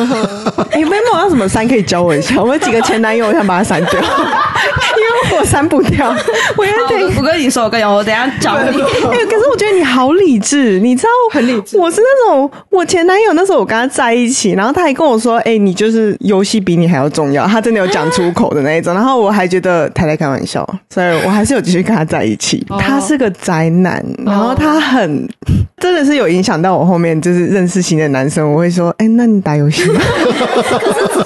Speaker 4: m e m o 要怎么删？可以教我一下。我有几个前男友，我想把它删 掉，因为我删不掉。我要得，
Speaker 3: 我跟你说，我跟你说，我等一下找你。
Speaker 4: 哎、可是我觉得你好理智，你知道，
Speaker 2: 很理智
Speaker 4: 我是那种，我前男友那时候我跟他在一起，然后他还跟我说：“哎、你就是游戏比你还要重要。”他真的有讲出口的那一种。然后我还觉得他在开玩笑，所以我还是有继续跟他在一起。
Speaker 2: 哦
Speaker 4: 他是个宅男，然后他很真的是有影响到我后面就是认识新的男生，我会说：“哎、那你打游戏 吗？”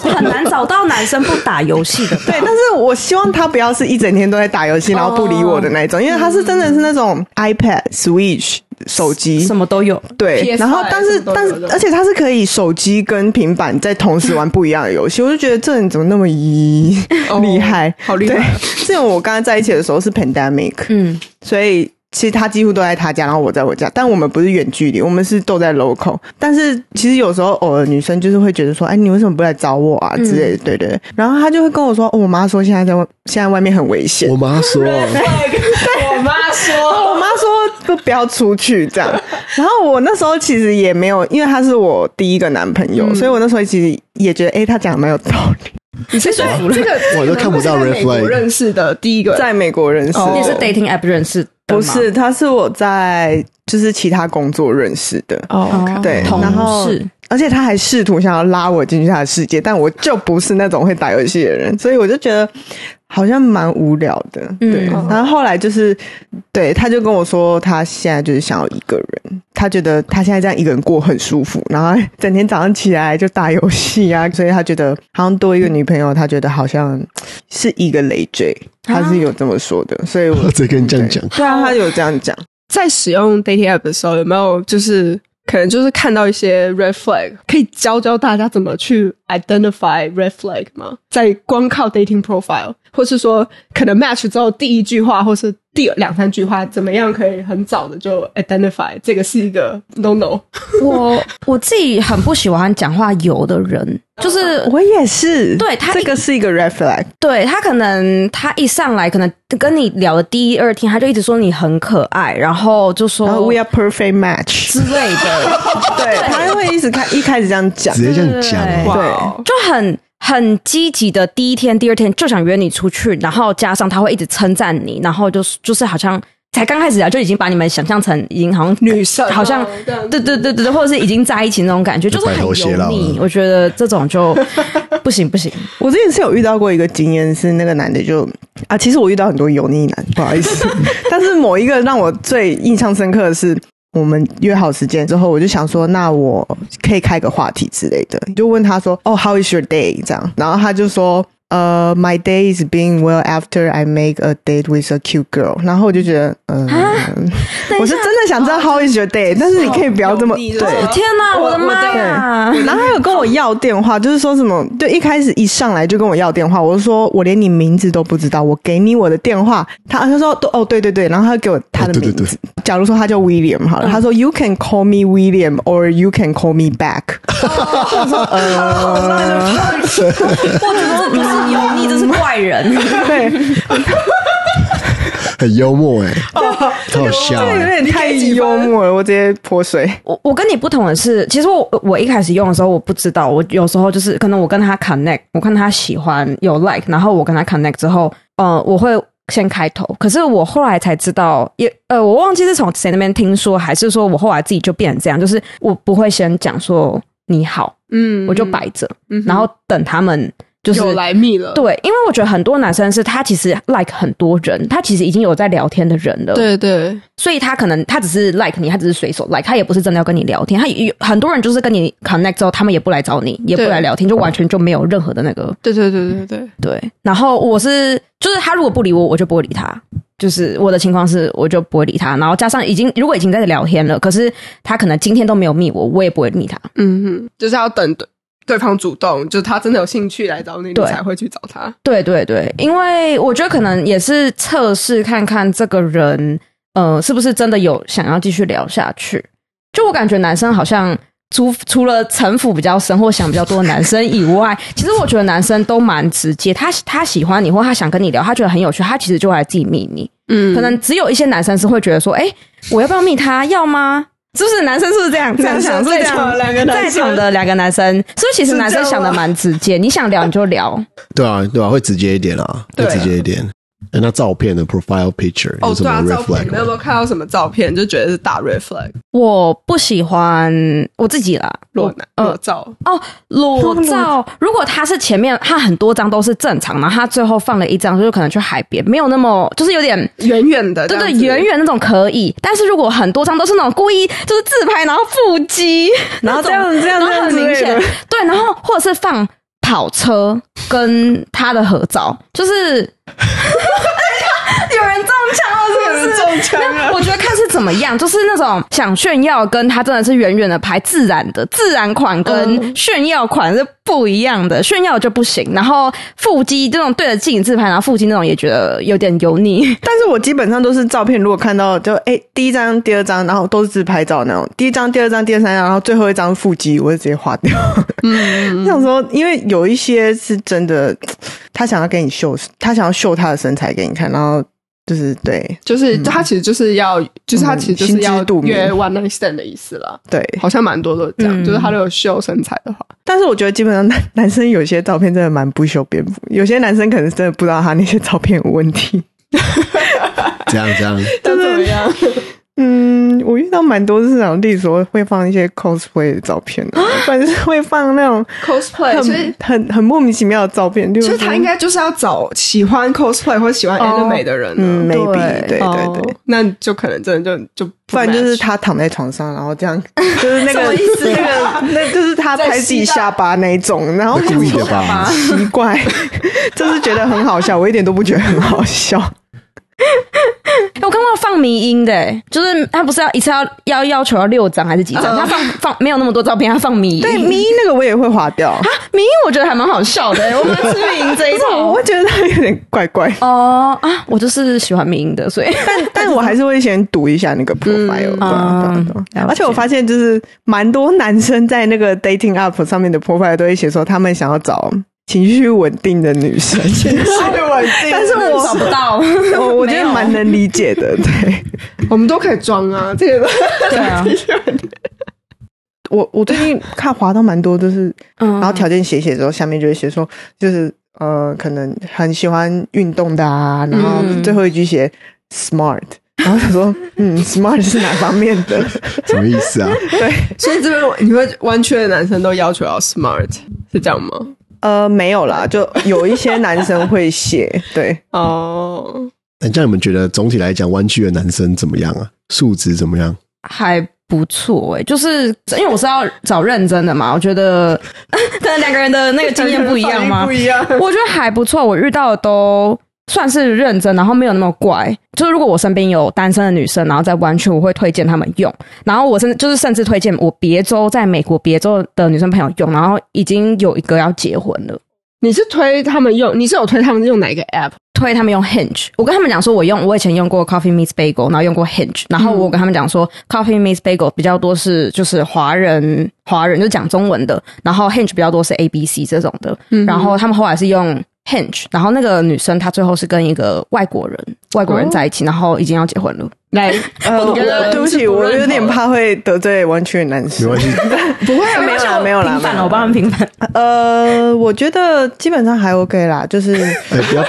Speaker 3: 很难找到男生不打游戏的，
Speaker 4: 对，但是我希望他不要是一整天都在打游戏，然后不理我的那一种，因为他是真的是那种 iPad、Switch 手机
Speaker 3: 什么都有。
Speaker 4: 对，
Speaker 2: PS5
Speaker 4: 然后但是
Speaker 2: 什么都有
Speaker 4: 但是
Speaker 2: 这种
Speaker 4: 而且他是可以手机跟平板在同时玩不一样的游戏，我就觉得这人怎么那么咦
Speaker 2: 哦
Speaker 4: 厉害，
Speaker 2: 好厉害
Speaker 4: 对这种我跟他在一起的时候是 pandemic，
Speaker 3: 嗯，
Speaker 4: 所以其实他几乎都在他家，然后我在我家，但我们不是远距离，我们是都在 local。但是其实有时候偶尔女生就是会觉得说，哎，你为什么不来找我啊之类的，
Speaker 2: 嗯
Speaker 4: 对对对。然后他就会跟我说，哦、我妈说现在在外现在外面很危险
Speaker 1: 我。妈说，啊
Speaker 2: 我妈
Speaker 4: 我
Speaker 2: 说，
Speaker 4: 妈说不不要出去这样，然后我那时候其实也没有，因为他是我第一个男朋友，所以我那时候其实也觉得，哎、他讲的蛮有道理。
Speaker 2: 你是说这个
Speaker 1: 我啊都看不到
Speaker 2: 这个
Speaker 1: red
Speaker 2: 美国
Speaker 1: flag
Speaker 2: 认识的第一个
Speaker 4: 在美国认识的，
Speaker 3: 嗯哦你也是 dating app 认识的吗
Speaker 4: 不是？他是我在就是其他工作认识的，
Speaker 2: 哦
Speaker 3: 哦
Speaker 4: 对，
Speaker 3: 同
Speaker 4: 然后
Speaker 3: 事
Speaker 4: 而且他还试图想要拉我进去他的世界，但我就不是那种会打游戏的人，所以我就觉得好像蛮无聊的。
Speaker 3: 嗯
Speaker 4: 对，
Speaker 2: 嗯
Speaker 4: 然后后来就是，对，他就跟我说，他现在就是想要一个人，他觉得他现在这样一个人过很舒服，然后整天早上起来就打游戏啊，所以他觉得好像多一个女朋友，他觉得好像是一个累 赘，他是有这么说的，所 以我
Speaker 1: 这跟你这样讲，
Speaker 4: 对啊，他有这样讲。
Speaker 2: 在使用 dating app 的时候，有没有就是可能就是看到一些 red flag，可以教教大家怎么去 identify red flag 吗？在光靠 dating profile，或是说可能 match 之后第一句话或是第两三句话，怎么样可以很早的就 identify 这个是一个 no no？
Speaker 3: 我我自己很不喜欢讲话油的人，就是
Speaker 4: 我也是，
Speaker 3: 对他
Speaker 4: 这个是一个 red flag，
Speaker 3: 对他可能他一上来可能跟你聊的第一二天，他就一直说你很可爱，然后就说
Speaker 4: 然后 we are perfect match，
Speaker 3: 之类的，
Speaker 4: 对，他会一直开一开始这样讲，
Speaker 1: 直接这样讲
Speaker 3: 对
Speaker 1: 哦，
Speaker 2: 哇，
Speaker 3: 就很很积极的第一天、第二天就想约你出去，然后加上他会一直称赞你，然后就是就是好像才刚开始啊，就已经把你们想象成已经好像
Speaker 2: 女生
Speaker 3: 好像
Speaker 2: 哦这样子
Speaker 3: 对对对对，对或者是已经在一起那种感觉，就是
Speaker 1: 白
Speaker 3: 很
Speaker 1: 头偕
Speaker 3: 油
Speaker 1: 老
Speaker 3: 腻。
Speaker 1: 了
Speaker 3: 我觉得这种就不行不行，
Speaker 4: 我之前是有遇到过一个经验，是那个男的就啊，其实我遇到很多油腻男，不好 意思，但是某一个让我最印象深刻的是。我们约好时间之后，我就想说，那我可以开个话题之类的，就问他说：“哦、h o w is your day？” 这样，然后他就说：“呃、m y day is being well after I make a date with a cute girl。”然后我就觉得，嗯、 我是真的想知道 How is your day，但哦是你哦可以不要这
Speaker 2: 油
Speaker 4: 么
Speaker 2: 腻就
Speaker 4: 对
Speaker 2: 是，
Speaker 3: 天哪，
Speaker 2: 我
Speaker 3: 我的妈呀！
Speaker 4: 然后他有跟我要电话，就是说什么，就一开始一上来就跟我要电话，我就说我连你名字都不知道，我给你我的电话。他他说哦对对对，然后他给我他的
Speaker 1: 哦对
Speaker 4: 名
Speaker 1: 对
Speaker 4: 字，假如说他叫 William 好了，他说 You can call me William or you can call me back。我说 呃，
Speaker 3: 我觉得这不是油腻，这是怪人。
Speaker 4: 对，
Speaker 1: 很幽默哎，太好笑
Speaker 4: 这个有
Speaker 1: 哎，
Speaker 4: 点太幽默了，我直接泼水。
Speaker 3: 我我跟你不同的是，其实我我一开始用的时候我不知道，我有时候就是可能我跟他 connect，我看他喜欢有 like，然后我跟他 connect 之后，呃，我会先开头。可是我后来才知道，也呃，我忘记是从谁那边听说，还是说我后来自己就变成这样，就是我不会先讲说你好，
Speaker 2: 嗯
Speaker 3: 我就摆着，
Speaker 2: 嗯哼
Speaker 3: 然后等他们就是
Speaker 2: 有来密了，
Speaker 3: 对，因为我觉得很多男生是他其实 like 很多人，他其实已经有在聊天的人了，
Speaker 2: 对对，
Speaker 3: 所以他可能他只是 like 你，他只是随手 like，他也不是真的要跟你聊天。他有很多人就是跟你 connect 之后，他们也不来找你，也不
Speaker 2: 对
Speaker 3: 来聊天，就完全就没有任何的那个
Speaker 2: 对对对对对，
Speaker 3: 对。然后我是就是他如果不理我，我就不会理他。就是我的情况是，我就不会理他。然后加上已经如果已经在聊天了，可是他可能今天都没有密我，我也不会理他。
Speaker 2: 嗯哼，就是要等对对方主动，就是他真的有兴趣来找你，你
Speaker 3: 对
Speaker 2: 才会去找他。
Speaker 3: 对对对，因为我觉得可能也是测试看看这个人，呃，是不是真的有想要继续聊下去。就我感觉男生好像除除了城府比较深或想比较多的男生以外，其实我觉得男生都蛮直接。他他喜欢你或他想跟你聊，他觉得很有趣，他其实就会来自己密你。
Speaker 2: 嗯
Speaker 3: 可能只有一些男生是会觉得说，哎、我要不要密他？要吗？是不是男生是不是这样？这样想
Speaker 2: 生
Speaker 3: 是不是这
Speaker 2: 在场
Speaker 3: 样。
Speaker 2: 的两个男
Speaker 3: 在
Speaker 2: 生
Speaker 3: 场的两个男生，所以其实男生
Speaker 2: 是这样
Speaker 3: 想
Speaker 2: 吗
Speaker 3: 的蛮直接，你想聊你就聊。
Speaker 1: 对啊对啊，会直接一点啊，会
Speaker 2: 对啊
Speaker 1: 直接一点。哎，那照片的 profile picture
Speaker 2: 哦，
Speaker 1: 有什
Speaker 2: 对
Speaker 1: 么
Speaker 2: 啊，
Speaker 1: red
Speaker 2: 照片
Speaker 1: flag
Speaker 2: 你们有没
Speaker 1: 吗？
Speaker 2: 有看到什么照片就觉得是大 red flag
Speaker 3: 我不喜欢我自己啦，
Speaker 2: 裸男裸照？
Speaker 3: 哦，裸照。如果他是前面他很多张都是正常，然后他最后放了一张，就是可能去海边，没有那么就是有点。
Speaker 2: 远远的，
Speaker 3: 对
Speaker 2: 这
Speaker 3: 对，
Speaker 2: 样子
Speaker 3: 远。远那种可以，但是如果很多张都是那种故意就是自拍，然后腹 肌，
Speaker 4: 然后这样这样
Speaker 3: 然后
Speaker 4: 这样
Speaker 3: 很
Speaker 4: 之
Speaker 3: 明
Speaker 4: 类
Speaker 3: 显
Speaker 4: 的，，
Speaker 3: 对，然后或者是放跑车跟他的合照，就是 有人中枪了，是不是？
Speaker 2: 中枪
Speaker 3: 那
Speaker 2: 了，
Speaker 3: 我觉得看是怎么样，就是那种想炫耀，跟他真的是远远的拍自然的自然款跟炫耀款是不一样的，炫耀就不行。然后腹肌这种对着镜子自拍，然后腹肌那种也觉得有点油腻。
Speaker 4: 但是我基本上都是照片，如果看到就哎、第一张、第二张，然后都是自拍照那种，第一张、第二张、第三张，然后最后一张腹肌，我就直接划掉。嗯，想说，因为有一些是真的，他想要给你秀，他想要秀他的身材给你看，然后就是对
Speaker 2: 就是
Speaker 1: 嗯
Speaker 2: 他其实就是要，就是他其实就是
Speaker 4: 心
Speaker 2: 要
Speaker 4: 知肚明
Speaker 2: 约 one night stand 的意思啦。
Speaker 4: 对。
Speaker 2: 好像蛮多都这样，
Speaker 3: 嗯
Speaker 2: 就是他都有秀身材的话，
Speaker 4: 但是我觉得基本上男男生有些照片真的蛮不修边幅，有些男生可能真的不知道他那些照片有问题。
Speaker 1: 这样这样，
Speaker 2: 但怎么样？
Speaker 4: 嗯，我遇到蛮多是那种，例如说会放一些 cosplay 的照片、啊，但是会放那种
Speaker 2: cosplay，其实
Speaker 4: 很很很莫名其妙的照片，就
Speaker 2: 其实他应该就是要找喜欢 cosplay 或喜欢 anime 的人啊，
Speaker 4: 嗯，maybe 对对
Speaker 2: 哦
Speaker 4: 对，，
Speaker 2: 那就可能真的就就
Speaker 4: 不然就是他躺在床上，然后这样， 就是那
Speaker 2: 什么
Speaker 4: 个
Speaker 2: 意思
Speaker 4: 那个那就是他
Speaker 2: 在
Speaker 4: 拍自己
Speaker 2: 吸到
Speaker 4: 下巴那一种，然后我
Speaker 1: 那
Speaker 4: 想
Speaker 1: 故意的
Speaker 4: 说
Speaker 1: 吧？
Speaker 4: 奇怪， 就是觉得很好笑，我一点都不觉得很好笑。
Speaker 3: 我看过放迷音的、就是他不是要一次要要要求要六张还是几张？他放放没有那么多照片，他放迷音。啊
Speaker 4: 对，咪那个我也会划掉，
Speaker 3: 迷明英我觉得还蛮好笑的、 我蛮吃明英这一
Speaker 4: 但我
Speaker 3: 套
Speaker 4: 会。觉得他有点怪怪，
Speaker 3: 哦啊，我就是喜欢明英的，所以
Speaker 4: 但但我还是会先读一下那个 profile，、对啊对啊对啊
Speaker 3: 嗯了解
Speaker 4: 而且我发现就是蛮多男生在那个 dating app 上面的 profile 都会写说他们想要找情绪稳定的女生， 但是我
Speaker 3: 找不到。
Speaker 4: 我我觉
Speaker 3: 没
Speaker 4: 得
Speaker 3: 有
Speaker 4: 蛮能理解 的，对。
Speaker 2: 我们都可以装啊，这个
Speaker 3: 对啊，
Speaker 4: 我我最近看滑到蛮多，就是
Speaker 3: 嗯
Speaker 4: 然后条件写写之后，下面就会写说，就是呃，可能很喜欢运动的啊，然后
Speaker 3: 嗯
Speaker 4: 最后一句写 smart，然后他说，嗯，smart 是哪方面的？
Speaker 1: 什么意思啊？
Speaker 2: 所以这边你会弯曲的男生都要求要 smart，是这样吗？
Speaker 4: 呃，没有啦，就有一些男生会写，对，
Speaker 2: 哦，
Speaker 1: 那哎这样你们觉得总体来讲，湾区的男生怎么样啊？素质怎么样？
Speaker 3: 还不错哎、就是因为我是要找认真的嘛，我觉得 可能两个人的那个经验不一样 吗？
Speaker 2: 不一样。
Speaker 3: 我觉得还不错，我遇到的都算是认真，然后没有那么怪。就是如果我身边有单身的女生，然后在湾区，我会推荐她们用。然后我甚至就是甚至推荐我别州在美国别州的女生朋友用，然后已经有一个要结婚了。
Speaker 2: 你是推他们用，你是有推他们用哪一个 app？
Speaker 3: 推他们用 Hinge，我跟他们讲说，我用我以前用过 Coffee Meets Bagel，然后用过 Hinge，然后我跟他们讲说、c o f f e e Meets Bagel 比较多是就是华人华人就讲中文的，然后 Hinge 比较多是 A B C 这种的，然后他们后来是用 Hinge，然后那个女生她最后是跟一个外国人外国人在一起，然后已经要结婚了，
Speaker 2: 来，
Speaker 4: 呃，
Speaker 2: 我觉得
Speaker 4: 对不起，
Speaker 2: 是不认
Speaker 4: 我
Speaker 2: 同
Speaker 4: 有点怕会得罪完全的男
Speaker 1: 没
Speaker 4: 生
Speaker 1: 关。系，
Speaker 2: 不会啊
Speaker 4: 没有啦，没
Speaker 3: 平反了，我
Speaker 4: 有啦，没有啦
Speaker 3: 帮他们平反。
Speaker 4: 呃，我觉得基本上还 OK 啦，就是
Speaker 1: 哎、不要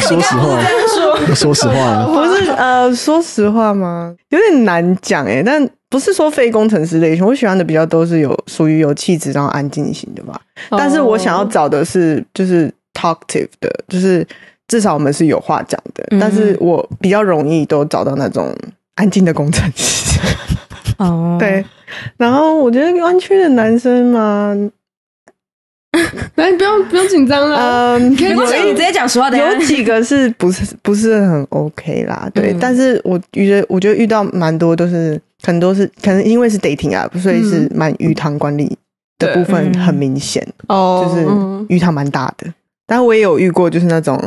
Speaker 1: 说实话， 要说实话 啊，
Speaker 4: 不是呃，说实话吗？有点难讲诶、但不是说非工程师类型，我喜欢的比较都是有属于有气质然后安静型的吧。
Speaker 3: 哦
Speaker 4: 但是我想要找的是就是 talkative 的，就是至少我们是有话讲的。
Speaker 3: 嗯
Speaker 4: 但是我比较容易都找到那种安静的工程师。
Speaker 3: 哦，
Speaker 4: 对，然后我觉得湾区的男生嘛，嗯
Speaker 2: 来，哎不用不用紧张啊了。
Speaker 4: 嗯，
Speaker 2: 可以
Speaker 3: 没关系，
Speaker 2: 有
Speaker 3: 你直接讲实话的呀。
Speaker 4: 有几个是不是不是很 OK 啦？对，
Speaker 3: 嗯
Speaker 4: 但是我觉得我觉得遇到蛮多都是很多是可能因为是 dating app，所以是蛮鱼塘管理的
Speaker 2: 对
Speaker 4: 部分
Speaker 3: 嗯
Speaker 4: 很明显，
Speaker 2: 哦
Speaker 4: 就是
Speaker 2: 嗯
Speaker 4: 鱼塘蛮大的。但我也有遇过就是那种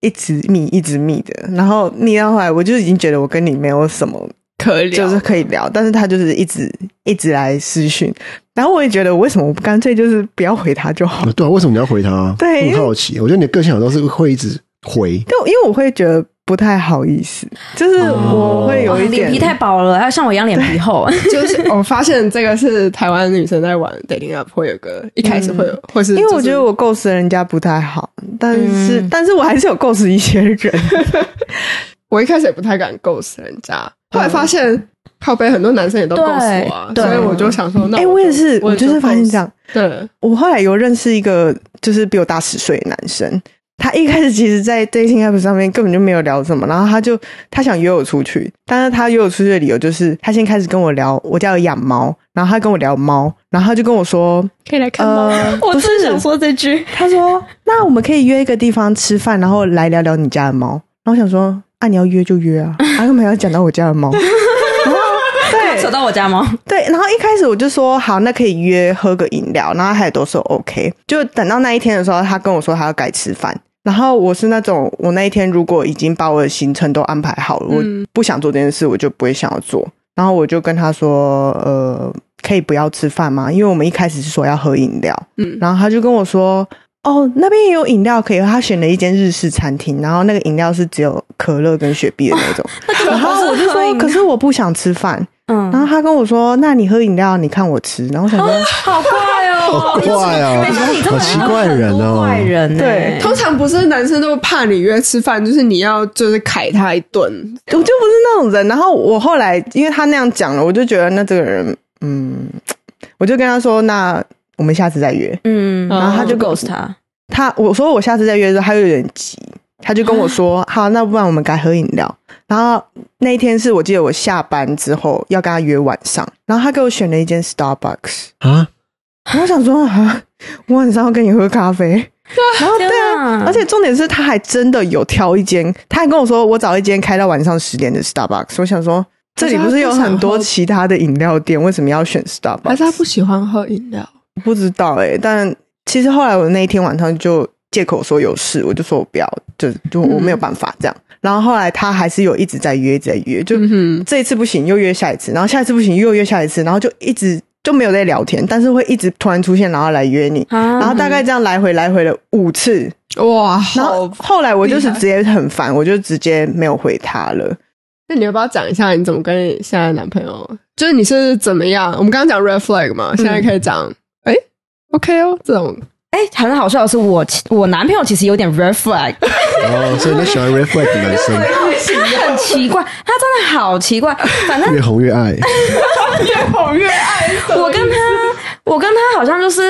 Speaker 4: 一直密一直密的，然后密到后来我就已经觉得我跟你没有什么
Speaker 2: 可以聊
Speaker 4: 就是可以聊，但是他就是一直一直来私讯，然后我也觉得我为什么不干脆就是不要回他就好了
Speaker 1: 啊对啊，为什么你要回他、啊？我
Speaker 4: 对因为
Speaker 1: 很好奇。我觉得你的个性好像都是会一直回，
Speaker 4: 但我因为我会觉得不太好意思，就是
Speaker 3: 哦
Speaker 4: 我会有一点、
Speaker 3: 脸皮太薄了，要像我一样脸皮厚。
Speaker 2: 就是，我发现这个是台湾女生在玩 dating app 会有个一开始会有，或是
Speaker 4: 因为
Speaker 2: 就是
Speaker 4: 我觉得我构思人家不太好，但是、
Speaker 3: 嗯
Speaker 4: 但是我还是有构思一些人，
Speaker 2: 我一开始也不太敢 ghost 人家，
Speaker 4: 嗯
Speaker 2: 后来发现靠背很多男生也都
Speaker 3: 对
Speaker 2: ghost 我啊，
Speaker 3: 对
Speaker 2: 所以我就想说，那
Speaker 4: 哎、我也是，
Speaker 2: 我
Speaker 4: 我就是发现这样，
Speaker 2: ghost 对，
Speaker 4: 我后来有认识一个就是比我大十岁的男生，他一开始其实，在 dating app 上面根本就没有聊什么，然后他就他想约我出去，但是他约我出去的理由就是他先开始跟我聊我家有养猫，然后他跟我聊猫，然后他就跟我说，
Speaker 3: 可以来看吗？
Speaker 4: 呃，
Speaker 3: 我
Speaker 4: 不
Speaker 3: 真
Speaker 4: 是
Speaker 3: 想说这句，
Speaker 4: 他说：“那我们可以约一个地方吃饭，然后来聊聊你家的猫。”然后我想说：“啊，你要约就约 啊，啊，干嘛要讲到我家的猫？” 然后
Speaker 3: 扯
Speaker 4: 对
Speaker 3: 到我家吗？
Speaker 4: 对，然后一开始我就说好，那可以约喝个饮料，然后他也都说 OK。就等到那一天的时候，他跟我说他要改吃饭，然后我是那种我那一天如果已经把我的行程都安排好了，我不想做这件事，我就不会想要做。然后我就跟他说：“呃，可以不要吃饭吗？因为我们一开始是说要喝饮料。”
Speaker 2: 嗯
Speaker 4: 然后他就跟我说：“哦，那边也有饮料可以喝。”他选了一间日式餐厅，然后那个饮料是只有可乐跟雪碧的 那种。然后我就
Speaker 3: 可
Speaker 4: 说：“
Speaker 3: 以
Speaker 4: 可是我不想吃饭。”
Speaker 3: 嗯
Speaker 4: 然后他跟我说：“那你喝饮料，你看我吃。”然后我 想说，
Speaker 3: 好怪哦，
Speaker 1: 好怪哦
Speaker 3: 没想到你这么
Speaker 1: 好奇怪人哦
Speaker 3: 很多怪人欸呢、
Speaker 4: 对
Speaker 2: 通常不是男生都怕你约吃饭，就是你要就是凯他一顿，
Speaker 4: 我就不是那种人。然后我后来因为他那样讲了，我就觉得那这个人，嗯，我就跟他说：“那我们下次再约。”
Speaker 3: 嗯，
Speaker 4: 哦
Speaker 2: 然后他就
Speaker 3: ghost 他，啊
Speaker 4: 他我说我下次再约的时候，他又有点急，他就跟我说：“好，那不然我们改喝饮料。”然后那一天是我记得我下班之后要跟他约晚上，然后他给我选了一间 Starbucks，
Speaker 1: 啊，
Speaker 4: 然后我想说啊，我晚上要跟你喝咖啡，然后对
Speaker 3: 天
Speaker 4: 啊
Speaker 3: 啊，
Speaker 4: 而且重点是他还真的有挑一间，他还跟我说我找一间开到晚上十点的 Starbucks，我想说。这里不是有很多其他的饮料店，为什么要选 Starbucks？
Speaker 2: 还是他不喜欢喝饮料？
Speaker 4: 不知道哎、但其实后来我那一天晚上就借口说有事，我就说我不要，就就我没有办法这样。然后后来他还是有一直在约，一直在约，就这一次不行又约下一次，然后下一次不行又约下一次，然后就一直就没有在聊天，但是会一直突然出现，然后来约你，
Speaker 3: 啊
Speaker 4: 然后大概这样来回来回了五次，
Speaker 2: 哇，
Speaker 4: 然后
Speaker 2: 好，
Speaker 4: 后来我就是
Speaker 2: 厉害
Speaker 4: 直接很烦，我就直接没有回他了。
Speaker 2: 那你要不要讲一下你怎么跟现在的男朋友？就是你是怎么样？我们刚刚讲 red flag
Speaker 4: 嗯
Speaker 2: 嘛，现在可以讲，哎、o k 哦，这种
Speaker 3: 哎、很好笑的是我，其我男朋友其实有点 red flag，
Speaker 1: 哦，所以你喜欢 red flag 的男 生，
Speaker 3: 他很奇怪，他真的好奇怪。反正
Speaker 1: 越红越爱，
Speaker 3: 我跟他，我跟他好像就是，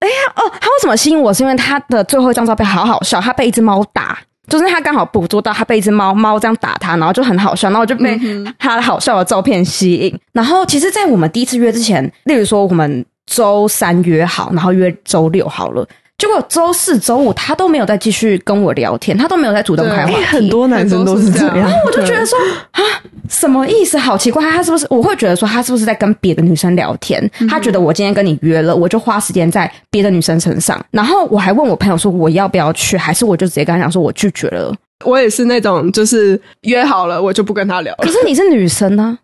Speaker 3: 哎呀哦，他为什么吸引我？是因为他的最后一张照片好好笑，他被一只猫打。就是他刚好捕捉到他被一只猫猫这样打他，然后就很好笑，然后我就被
Speaker 4: 嗯
Speaker 3: 他好笑的照片吸引。然后其实，在我们第一次约之前，例如说我们周三约好，然后约周六好了，结果周四周五他都没有再继续跟我聊天，他都没有再主动
Speaker 2: 对
Speaker 3: 开话
Speaker 2: 哎
Speaker 3: 题。
Speaker 4: 很多男生都是这
Speaker 2: 很多是这
Speaker 4: 样，
Speaker 3: 我就觉得说啊，什么意思？好奇怪，他是不是？我会觉得说他是不是在跟别的女生聊天？他觉得我今天跟你约了，我就花时间在别的女生身上。然后我还问我朋友说我要不要去，还是我就直接跟他讲说我拒绝了。
Speaker 2: 我也是那种，就是约好了我就不跟他聊了
Speaker 3: 可。是你是女生呢、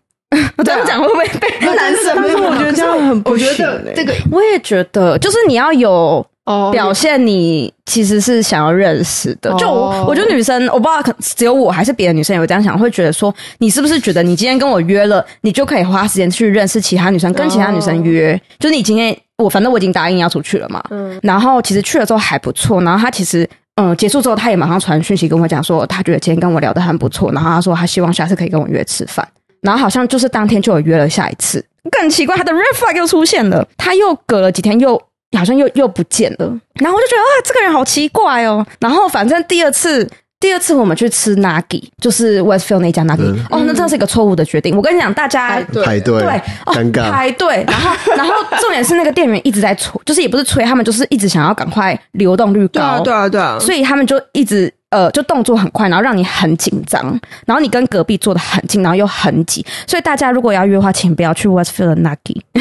Speaker 3: 我这样讲会不会被？
Speaker 2: 啊
Speaker 4: 男生但是我觉得这样很不
Speaker 2: 我觉
Speaker 4: 行
Speaker 2: 得
Speaker 4: 欸
Speaker 2: 这个
Speaker 3: 我也觉得，就是你要有
Speaker 2: 哦
Speaker 3: 表现你其实是想要认识的。就我
Speaker 2: 哦，
Speaker 3: 我觉得女生，我不知道可只有我还是别的女生有这样想，会觉得说，你是不是觉得你今天跟我约了，你就可以花时间去认识其他女生，跟其他女生
Speaker 2: 哦
Speaker 3: 约？就是你今天，我反正我已经答应要出去了嘛。
Speaker 2: 嗯
Speaker 3: 然后其实去了之后还不错，然后他其实。嗯，结束之后，他也马上传讯息跟我讲说，他觉得今天跟我聊得很不错，然后他说他希望下次可以跟我约吃饭，然后好像就是当天就有约了下一次。更奇怪，他的 red flag 又出现了，他又隔了几天又。好像又又不见了，然后我就觉得啊，这个人好奇怪哦。然后反正第二次，第二次我们去吃 Nagi，就是 Westfield 那家 Nagi，、
Speaker 1: 嗯
Speaker 3: 哦，那真的是一个错误的决定。我跟你讲，大家
Speaker 2: 排队
Speaker 1: 排队
Speaker 3: 对，哦，
Speaker 1: 尴尬，
Speaker 3: 排队，然后 然后重点是那个店员一直在催，就是也不是催，他们就是一直想要赶快流动率
Speaker 2: 对啊，
Speaker 3: 高，
Speaker 2: 对啊，对啊，
Speaker 3: 所以他们就一直呃，就动作很快，然后让你很紧张，然后你跟隔壁坐的很近，然后又很挤，所以大家如果要约的话，请不要去 Westfield Nagi。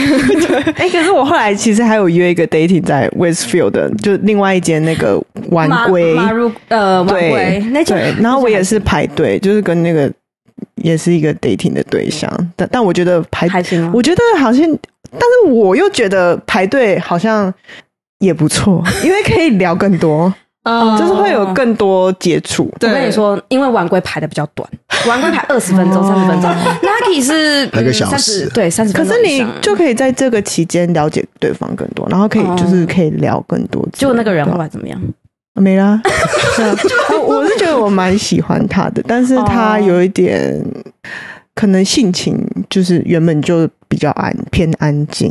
Speaker 4: 哎、可是我后来其实还有约一个 dating 在 Westfield 的，就另外一间那个晚归，
Speaker 3: 马如呃晚
Speaker 4: 对
Speaker 3: 归那间
Speaker 4: 对，然后我也是排队，就是跟那个也是一个 dating 的对象，但但我觉得排，
Speaker 3: 还行吗
Speaker 4: 我觉得好像，但是我又觉得排队好像也 不错，因为可以聊更多，
Speaker 3: 哦
Speaker 2: 啊
Speaker 4: 就是会有更多接触。
Speaker 3: 我
Speaker 2: 对
Speaker 3: 跟你说，因为晚归排的比较短，晚归排二十分钟、三十分 钟，Nagi 是
Speaker 1: 排个
Speaker 3: 嗯
Speaker 1: 小时
Speaker 3: 30对三十。
Speaker 4: 可是你就可以在这个期间了解对方更多，然后可以就是可以聊更多之类的。
Speaker 3: 哦就那个人后来怎么样？
Speaker 4: 啊没 啦。我哦我是觉得我蛮喜欢他的，但是他有一点可能性情就是原本就比较安偏安静。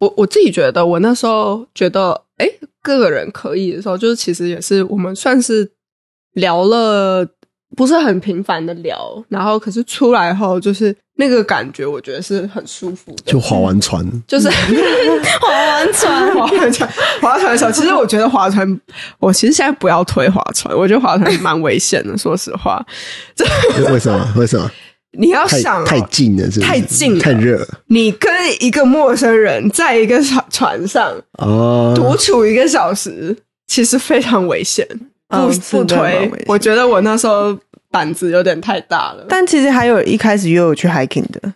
Speaker 2: 我我自己觉得，我那时候觉得，哎，个个人可以的时候，就是其实也是我们算是聊了，不是很频繁的聊，然后可是出来后，就是那个感觉，我觉得是很舒服的，
Speaker 1: 就划完船，
Speaker 2: 就是
Speaker 3: 划完船
Speaker 2: 划船划船的时候，其实我觉得划船，我其实现在不要推划船，我觉得划船蛮危险的，说实话，
Speaker 1: 为为什么？为什么？
Speaker 2: 你要
Speaker 1: 太
Speaker 2: 想哦
Speaker 1: 太近了，是不是
Speaker 2: 太近了
Speaker 1: 太热了
Speaker 2: 你跟一个陌生人在一个船船上，独
Speaker 1: 哦，
Speaker 2: 处一个小时，其实非常危险，
Speaker 4: 嗯
Speaker 2: 不
Speaker 4: 是
Speaker 2: 不
Speaker 4: 真的蛮
Speaker 2: 推
Speaker 4: 危险。
Speaker 2: 我觉得我那时候胆子有点太大了，
Speaker 4: 但其实还有一开始又有去 hiking 的，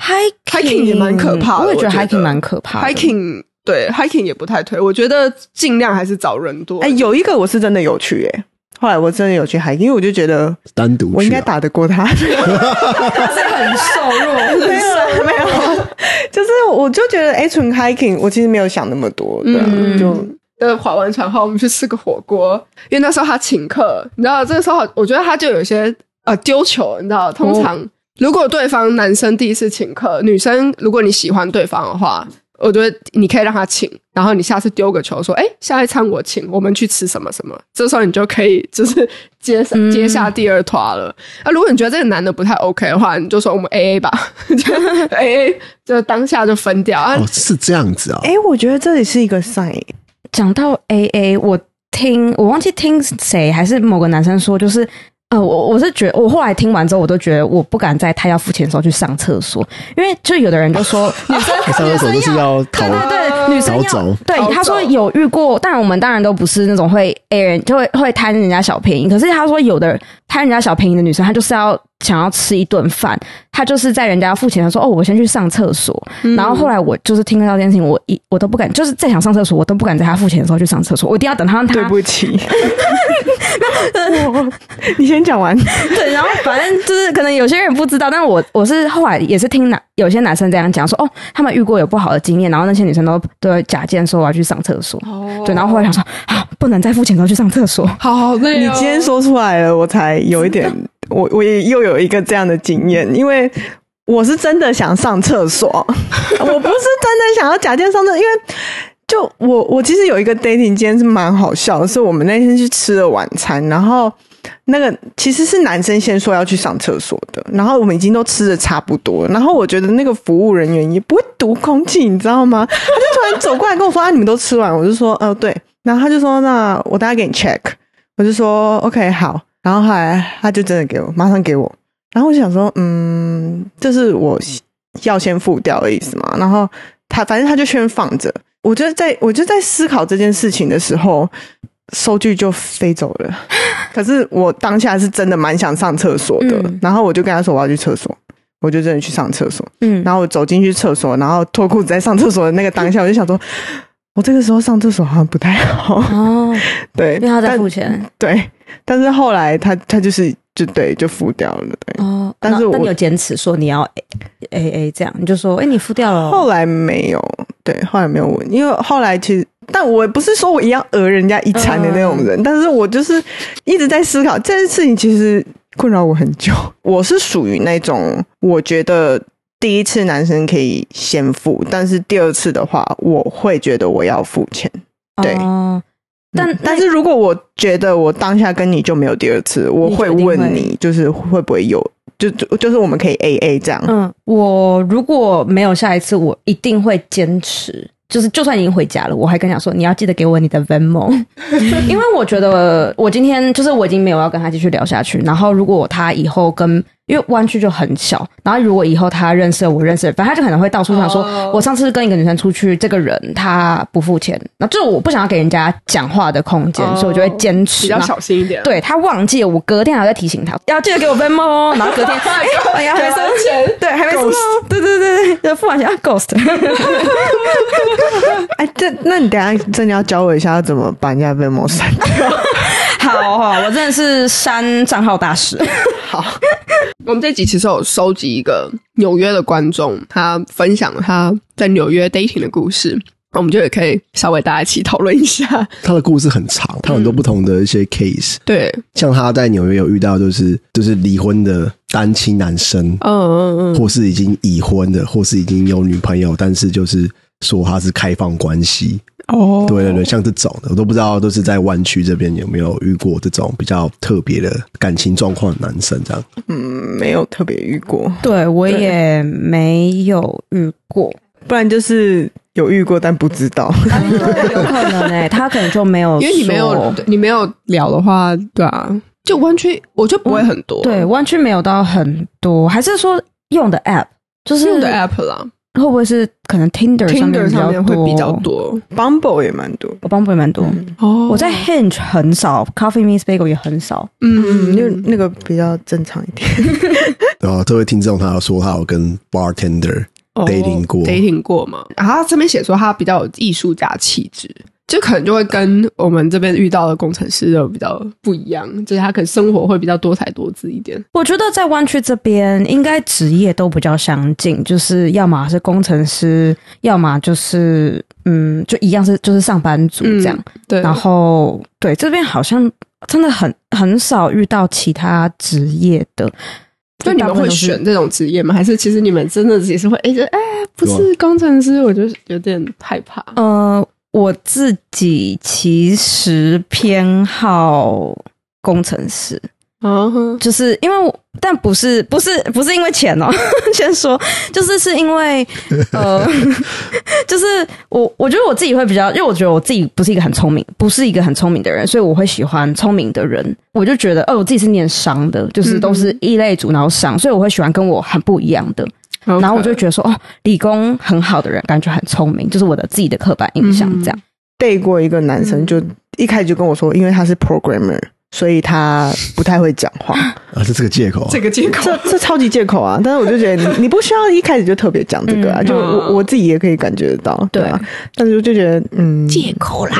Speaker 2: hiking 也蛮可怕的，
Speaker 3: 嗯我也
Speaker 2: 觉
Speaker 3: 觉得 hiking 蛮可怕的。
Speaker 2: hiking 对 hiking 也不太推，我觉得尽量还是找人多。
Speaker 4: 哎、有一个我是真的有去哎、后来我真的有去 hiking，因为我就觉得
Speaker 1: 单独去啊
Speaker 4: 我应该打得过他。啊
Speaker 3: 很瘦 弱，
Speaker 4: 没有啦，没有， 就是我就觉得哎，纯 hiking，我其实没有想那么多，对啊、
Speaker 2: 嗯
Speaker 4: 就
Speaker 2: 呃，划完船后，我们去吃个火锅，因为那时候他请客，你知道，这个时候我觉得他就有些呃丢球，你知道，
Speaker 3: 哦
Speaker 2: 通常、如果对方男生第一次请客，女生如果你喜欢对方的话，我觉得你可以让他请，然后你下次丢个球说，哎，下一餐我请，我们去吃什么什么，这时候你就可以就是 接上
Speaker 3: 嗯
Speaker 2: 接下第二团了。啊，如果你觉得这个男的不太 OK 的话，你就说我们 AA 吧， 就 AA 就当下就分掉啊
Speaker 1: 哦，，是这样子啊
Speaker 4: 哎、，我觉得这里是一个 sign，
Speaker 3: 讲到 AA，我听我忘记听谁还是某个男生说，就是呃，我我是觉我后来听完之后，我都觉得我不敢在他要付钱的时候去上厕所，因为就有的人就说女 生
Speaker 1: 上厕所都是要逃
Speaker 3: 对对对，女生
Speaker 1: 逃走
Speaker 3: 要
Speaker 2: 逃
Speaker 3: 对
Speaker 2: 走
Speaker 3: 他说有遇过，当然我们当然都不是那种会 A 人就会会贪人家小便宜，可是他说有的贪人家小便宜的女生，她就是要想要吃一顿饭，她就是在人家付钱的时候，哦，我先去上厕所，然后后来我就是听到这件事情，我一我都不敢，就是再想上厕所，我都不敢在他付钱的时候去上厕所，我一定要等他他
Speaker 4: 对不起，我你先讲完。
Speaker 3: 对，然后反正就是可能有些人不知道，但我我是后来也是听男有些男生这样讲说，哦，他们遇过有不好的经验，然后那些女生都都会假借说我要去上厕所，
Speaker 2: 哦
Speaker 3: 对，然后后来想说啊，不能再付钱之后去上厕所，
Speaker 2: 好好累、哦
Speaker 4: 你今天，说出来了，我才有一 点，我我也又有一个这样的经验，因为我是真的想上厕 所，我不是真的想要假借上厕所，因为。就我，我其实有一个 dating 今天是蛮好笑的，是我们那天去吃了晚餐，然后那个其实是男生先说要去上厕所的，然后我们已经都吃的差不多了，然后我觉得那个服务人员也不会读空气，你知道吗？他就突然走过来跟我说：“啊，你们都吃完？”我就说：“哦、对。”然后他就说：“那我等下给你 check。”我就说 OK 好，然后后来他就真的给我，马上给我，然后我就想说，嗯，这是我要先付掉的意思嘛，然后他反正他就先放着，我就在我就在思考这件事情的时候，收据就飞走了，可是我当下是真的蛮想上厕所的，
Speaker 3: 嗯
Speaker 4: 然后我就跟他说我要去厕所。我就真的去上厕所，
Speaker 3: 嗯，
Speaker 4: 然后我走进去厕所，然后脱裤子在上厕所的那个当下，我就想说， 我这个时候上厕所好像不太好，
Speaker 3: 哦，
Speaker 4: 对，
Speaker 3: 因为他在
Speaker 4: 但
Speaker 3: 付钱
Speaker 4: 对，但是后来他他就是就对就付掉了，对。
Speaker 3: 哦，
Speaker 4: 但是
Speaker 3: 那
Speaker 4: 我
Speaker 3: 那你有坚持说你要 A A A 这样，你就说哎、你付掉了哦、
Speaker 4: 后来没有，对，后来没有问，因为后来其实，但我不是说我一样讹人家一餐的那种
Speaker 3: 嗯
Speaker 4: 人，但是我就是一直在思考这件事情，其实困扰我很久。 我是属于那种我觉得第一次男生可以先付，但是第二次的话，我会觉得我要付钱。对
Speaker 3: 哦但
Speaker 4: 嗯但是如果我觉得我当下跟你就没有第二次，我会问
Speaker 3: 你就一定
Speaker 4: 你，就是会不会有，就就就是我们可以 A A 这样。
Speaker 3: 嗯，我如果没有下一次，我一定会坚持。就是，就算已经回家了，我还跟他讲说，你要记得给我你的 Venmo，因 为我觉得我今天就是我已经没有要跟他继续聊下去。然后，如果他以后跟因为湾区就很小，然后如果以后他认识了我认识的人，反正他就可能会到处想说
Speaker 2: 哦
Speaker 3: 我上次跟一个女生出去，这个人他不付钱，那就我不想要给人家讲话的空间，
Speaker 2: 哦
Speaker 3: 所以我就会坚持。
Speaker 2: 比较
Speaker 3: 然后
Speaker 2: 小心一点。，
Speaker 3: 对他忘记了，我隔天还要再提醒他，要记得给我 Venmo 哦。然 后隔天，哎、哎呀，还没收
Speaker 2: 钱，
Speaker 3: 对，还没出哦
Speaker 4: Ghost
Speaker 3: 对对对对，就付完钱啊，ghost，
Speaker 4: 哎，这那你等一下真的要教我一下要怎么把人家 Venmo 删掉。
Speaker 3: 好好，我真的是删账号大使，
Speaker 4: 好，
Speaker 2: 我们这集其实有收集一个纽约的观众，他分享了他在纽约 dating 的故事，我们就也可以稍微大家一起讨论一下。
Speaker 1: 他的故事很长，他很多不同的一些 case，、
Speaker 2: 对，
Speaker 1: 像他在纽约有遇到就是就是离婚的单亲男生，
Speaker 2: 嗯嗯嗯，
Speaker 1: 或是已经已婚的，或是已经有女朋友，但是就是说他是开放关系，
Speaker 2: 哦，
Speaker 1: 对对对，像这种的，我都不知道都是在湾区这边有没有遇过这种比较特别的感情状况的男生这 样。
Speaker 4: 嗯，没有特别遇过，
Speaker 3: 对我也没有遇过，
Speaker 4: 不然就是有遇过但不知道。
Speaker 3: 有可能哎、 他可能就没有，
Speaker 2: 嗯因为你没有你没有聊的话，对啊，就湾区我就不会很多，
Speaker 3: 嗯对湾区没有到很多，还是说用的 app 就是
Speaker 2: 用的 app 啦
Speaker 3: 会不会是可能 Tinder 上面
Speaker 2: ，Tinder
Speaker 3: 比较
Speaker 2: 上面会比较
Speaker 3: 多，
Speaker 2: 多
Speaker 4: Bumble 也蛮多，嗯
Speaker 3: 我帮不会蛮多。
Speaker 2: 哦
Speaker 3: 我在 Hinge 很少，Coffee Meets Bagel 也很少。
Speaker 4: 嗯，
Speaker 2: 嗯，
Speaker 4: 就那个比较正常一点。
Speaker 1: 然后这位哦听众他有说他有跟 bartender，dating 过
Speaker 2: 哦 dating 过嘛。然后他这边写说他比较有艺术家气质，就可能就会跟我们这边遇到的工程师就比较不一样，就是他可能生活会比较多才多姿一点。
Speaker 3: 我觉得在湾区这边，应该职业都比较相近，就是要么是工程师，要么就是嗯，就一样是就是上班族这样。
Speaker 2: 对，
Speaker 3: 然后对这边好像真的很很少遇到其他职业的，
Speaker 2: 就你们会选这种职业吗？还是其实你们真的只是会哎觉得哎不
Speaker 1: 对
Speaker 2: 是工程师，我就有点害怕。
Speaker 3: 呃，我自己其实偏好工程师，
Speaker 2: 啊哈，
Speaker 3: 就是因为我，但不是不是不是因为钱哦， 先说，就是是因为呃， 就是我我觉得我自己会比较，因为我觉得我自己不是一个很聪明，不是一个很聪明的人，所以我会喜欢聪明的人。我就觉得，哦，我自己是念商的，就是都是异类组，然后商，所以我会喜欢跟我很不一样的。然后我就会觉得说，哦，理工很好的人感觉很聪明，就是我的自己的刻板印象这样。
Speaker 4: 对过一个男生，就一开始就跟我说，因为他是 programmer，所以他不太会讲话。
Speaker 1: 啊，这是个借口啊。
Speaker 2: 这个借口
Speaker 4: 这这超级借口啊！但是我就觉得你你不需要一开始就特别讲这个啊，
Speaker 3: 嗯
Speaker 4: 就我我自己也可以感觉得到，对啊。但是我就觉得，嗯，
Speaker 2: 借口啦。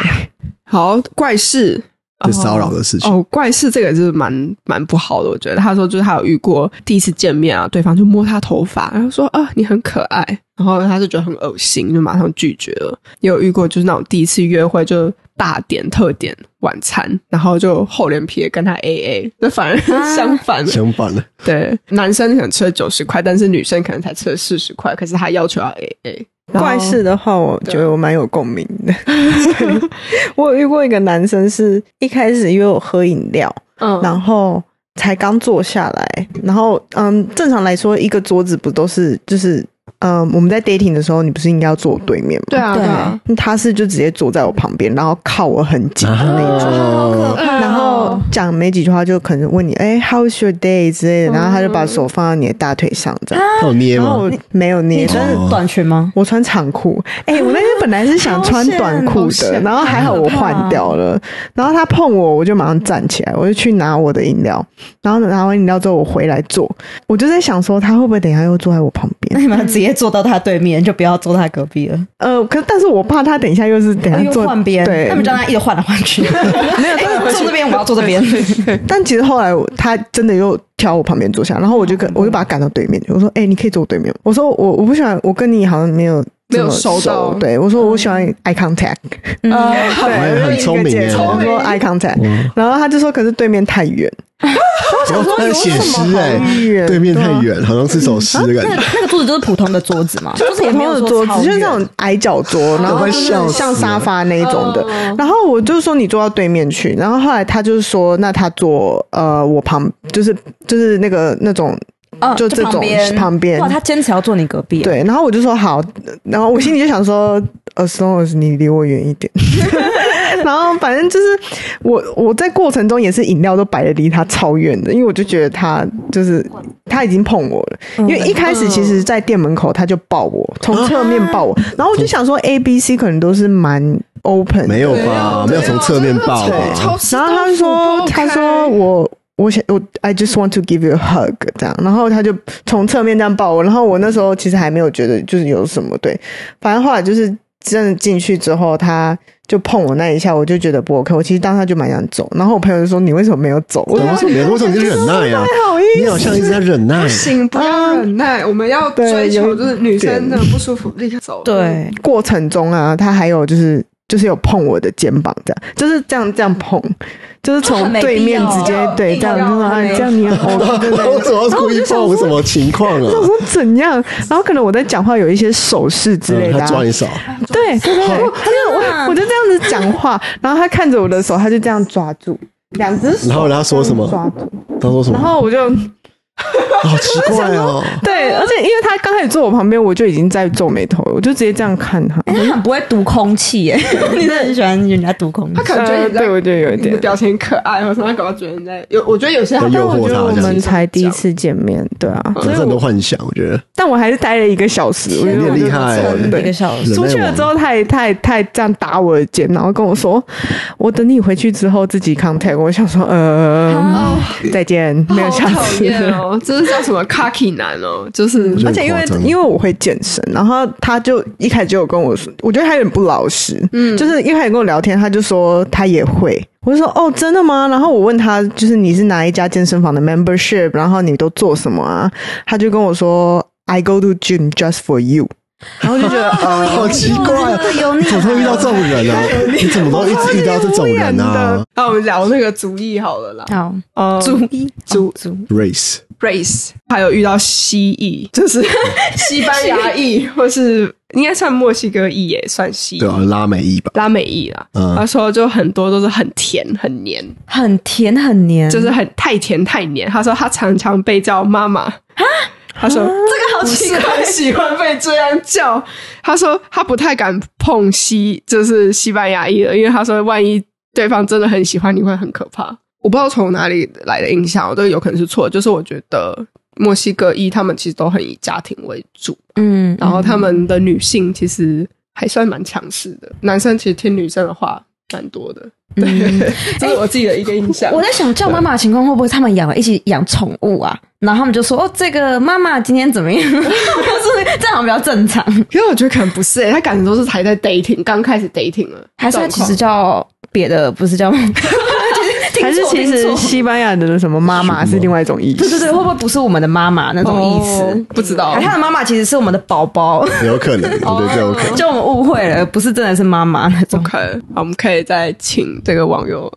Speaker 2: 好，怪事。
Speaker 1: 这是骚扰的事情
Speaker 2: 哦，怪事这个就是蛮蛮不好的，我觉得。他说就是他有遇过第一次见面啊，对方就摸他头发，然后说啊你很可爱，然后他就觉得很恶心，就马上拒绝了。也有遇过就是那种第一次约会就大点特点晚餐，然后就厚脸皮地跟他 A A，那反而相反了。
Speaker 1: 相反的，
Speaker 2: 对，男生可能吃了九十块，但是女生可能才吃了四十块，可是他要求要 A A。然后
Speaker 4: 怪事的话，我觉得我蛮有共鸣的。 对我有遇过一个男生，是一开始约我喝饮料，
Speaker 2: 嗯
Speaker 4: 然后才刚坐下来，然后嗯，正常来说，一个桌子不都是就是嗯，我们在 dating 的时候，你不是应该要坐我对面吗？
Speaker 2: 对啊，对啊，
Speaker 4: 他是就直接坐在我旁边，然后靠我很紧的那一种。
Speaker 1: 哦，
Speaker 4: 然后讲没几句话，就可能问你，哎、h o w s your day 之类的，然后他就把手放在你的大腿上，这样。
Speaker 1: 他有捏
Speaker 4: 然后
Speaker 1: 吗？
Speaker 4: 我没有捏，但是
Speaker 3: 短裙吗？
Speaker 4: 我穿长裤。哎、我那天本来是想穿短裤
Speaker 2: 好险好
Speaker 4: 的，
Speaker 2: 险
Speaker 4: 然后还好我换掉了。然后他碰我，我就马上站起来，我就去拿我的饮料。然后拿完饮料之后，我回来坐，我就在想说，他会不会等一下又坐在我旁 边？
Speaker 3: 你们直接坐到他对面，就不要坐他隔壁了，
Speaker 4: 呃，可但是我怕他等一下又是等一
Speaker 3: 哦
Speaker 4: 下
Speaker 3: 又
Speaker 4: 坐
Speaker 3: 换边，
Speaker 4: 对
Speaker 3: 他，们叫他一直换来换 去，没有，坐这边，我要坐这边。
Speaker 4: 但其实后来我他真的又挑我旁边坐下，然后我就跟我就把他赶到对面去，我说：“哎、你可以坐我对面。”我说：“我我不喜欢，我跟你好像没有
Speaker 2: 没有
Speaker 4: 这么熟
Speaker 2: 熟到
Speaker 4: 对我说：“我喜欢 eye contact。
Speaker 2: 呃，
Speaker 1: 很很聪明耶嗯
Speaker 4: 对，我说 eye contact，然后他就说：“可是对面太远。”我想说
Speaker 1: 哦那
Speaker 4: 有
Speaker 1: 写
Speaker 4: 什
Speaker 1: 诗
Speaker 4: 么好
Speaker 1: 哎，
Speaker 4: 远？
Speaker 1: 对面太远，好像是首诗 的
Speaker 3: 那
Speaker 1: 感
Speaker 3: 个
Speaker 1: 觉。
Speaker 3: 那个桌子就是普通的桌子嘛，
Speaker 4: 就是普
Speaker 3: 也没
Speaker 4: 通
Speaker 3: 有
Speaker 4: 的
Speaker 3: 说
Speaker 4: 桌子
Speaker 3: 超，
Speaker 4: 就
Speaker 3: 远
Speaker 4: 是那种矮脚桌，然后
Speaker 1: 我快
Speaker 4: 就是
Speaker 1: 笑
Speaker 4: 像
Speaker 1: 死
Speaker 4: 沙
Speaker 1: 了
Speaker 4: 发那一种的
Speaker 2: 哦。
Speaker 4: 然后我就说你坐到对面去，然后后来他就是说，那他坐呃我旁，就是就是那个那种
Speaker 3: 嗯
Speaker 4: 就这种
Speaker 3: 旁边
Speaker 4: 旁边
Speaker 3: 哇，他坚持要坐你隔壁，，啊
Speaker 4: 对，然后我就说好，然后我心里就想说，as 呃 long as 你离我远一点。 然后反正就是我我在过程中也是饮料都摆的离他超远的，因为我就觉得他就是他已经碰我了，因为一开始其实，在店门口他就抱我，从侧面抱我，然后我就想说 A、B、C 可能都是蛮 open，的
Speaker 1: 没有
Speaker 2: 啊
Speaker 1: 吧？没有从侧面抱吧？
Speaker 4: 然后他就说，他说我。我想我 I just want to give you a hug 这样，然后他就从侧面这样抱我，然后我那时候其实还没有觉得就是有什么对，反正后来就是真的进去之后，他就碰我那一下，我就觉得不 OK，我其实当下就蛮想走，然后我朋友就说你为什么没有走？我
Speaker 1: 对
Speaker 4: 说
Speaker 1: 为什么你为什么你忍耐啊？
Speaker 4: 好意
Speaker 1: 你好像一直在忍耐
Speaker 2: 不。行，不要
Speaker 4: 啊
Speaker 2: 忍耐，我们要
Speaker 4: 对
Speaker 2: 追
Speaker 4: 有
Speaker 2: 求就是女生
Speaker 4: 点
Speaker 2: 的不舒服立刻走。
Speaker 3: 对，
Speaker 4: 过程中啊，他还有就是就是有碰我的肩膀，这样就是这样这样碰，就是从对面直接对这样，就说啊这样你很 OK，对对 对
Speaker 1: 我主要是故意碰什么情况啊
Speaker 4: 我？说怎样？然后可能我在讲话有一些手势之类
Speaker 1: 嗯
Speaker 4: 的、
Speaker 1: 他
Speaker 4: 啊，
Speaker 1: 抓你手，
Speaker 4: 对，对对对，他就我我就这样子讲 话，然后他看着我的手，他就这样抓住两只手，
Speaker 1: 然后他说什么
Speaker 4: 抓住，
Speaker 1: 他说什
Speaker 4: 然
Speaker 1: 么？
Speaker 4: 后我就
Speaker 1: 好奇怪哦。
Speaker 4: 对，而且因为他刚开始坐我旁边，我就已经在皱眉头了，我就直接这样 看他，
Speaker 3: 他很不会读空气耶， 你真的很喜欢人家读空
Speaker 2: 他
Speaker 3: 气。
Speaker 2: 可能觉得
Speaker 4: 呃
Speaker 2: 你在
Speaker 4: 对我觉得有一
Speaker 2: 你的
Speaker 4: 点。
Speaker 2: 表情可爱，或者他搞到觉得你在有，我觉得有些
Speaker 1: 有
Speaker 2: 他
Speaker 1: 诱
Speaker 4: 我
Speaker 1: 惑
Speaker 4: 觉
Speaker 1: 他
Speaker 4: 得我
Speaker 1: 这样
Speaker 4: 们
Speaker 1: 子，
Speaker 4: 才第一次见面，对啊，
Speaker 1: 这很多幻想，我觉得
Speaker 4: 但我还是待了一个小时，我觉
Speaker 1: 有
Speaker 4: 得
Speaker 1: 点
Speaker 4: 我
Speaker 1: 厉害欸嗯
Speaker 4: 真的
Speaker 1: 对
Speaker 3: 一个小
Speaker 1: 忍
Speaker 3: 时，
Speaker 4: 出
Speaker 1: 耐
Speaker 4: 去了
Speaker 1: 王
Speaker 4: 之后，他也他也他也这样打我的肩，然后跟我说：“我等你回去之后自己 contact。”我想说：“呃，再见，没有
Speaker 2: 好
Speaker 4: 下
Speaker 2: 讨
Speaker 4: 次。
Speaker 2: 厌哦，这是叫什么 cocky 男哦，就是
Speaker 1: 我觉得
Speaker 4: 而且因为
Speaker 1: 很夸张
Speaker 4: 因为我会健身，然后他就一开始就有跟我说，我觉得他有点不老实，嗯，就是一开始跟我聊天，他就说他也会，我就说哦真的吗？然后我问他就是你是哪一家健身房的 membership，然后你都做什么啊？他就跟我说 I go to gym just for you，然后我就觉得呃
Speaker 1: 好奇怪啊，
Speaker 3: 有
Speaker 1: 你怎么会遇到这种人啊？你怎么都一直遇到这种人啊
Speaker 2: 哦那我们聊那个足艺好了啦，
Speaker 3: 好
Speaker 4: 呃
Speaker 3: 主意
Speaker 2: 足
Speaker 3: 主
Speaker 1: ？Race
Speaker 2: race，还有遇到西裔，就是西班牙裔，或是应该算墨西哥裔也算西裔
Speaker 1: 对吧？拉美裔吧，
Speaker 2: 拉美裔啦。
Speaker 1: 嗯
Speaker 2: 那时候就很多都是很甜很黏，
Speaker 3: 很甜很黏，
Speaker 2: 就是很太甜太黏。他说他常常被叫妈妈啊。他说：“这个好奇怪，很喜欢被这样叫。”他说：“他不太敢碰西，就是西班牙裔了，因为他说万一对方真的很喜欢你，会很可怕。”我不知道从哪里来的印象，我都有可能是错的。就是我觉得墨西哥裔他们其实都很以家庭为主，
Speaker 3: 嗯，
Speaker 2: 然后他们的女性其实还算蛮强势的，男生其实听女生的话蛮多的。对，这是我自己的一个印象。
Speaker 3: 我在想，叫妈妈的情况会不会他们养了一起养宠物啊？然后他们就说：“哦，这个妈妈今天怎么样？” 是不是这样好像比较正常？
Speaker 2: 可是我觉得可能不是、欸，他感觉都是还在 dating，刚开始 dating 了，
Speaker 3: 还是他
Speaker 2: 状
Speaker 3: 其
Speaker 2: 况
Speaker 3: 实叫别的，不是叫妈妈？就是
Speaker 4: 还是 其
Speaker 3: 听
Speaker 4: 实
Speaker 3: 错
Speaker 4: 西班牙的什么妈妈是另外一种意
Speaker 3: 对
Speaker 4: 思，
Speaker 3: 对对，会不会不是我们的妈妈那种意
Speaker 2: 哦
Speaker 3: 思？
Speaker 2: 不知道
Speaker 3: 还。他的妈妈其实是我们的宝宝，
Speaker 1: 有可能，我
Speaker 4: 哦
Speaker 1: 觉得这有可能。
Speaker 3: 就我们误会了，不是真的是妈妈那种。
Speaker 2: OK，好，我们可以再请这个网友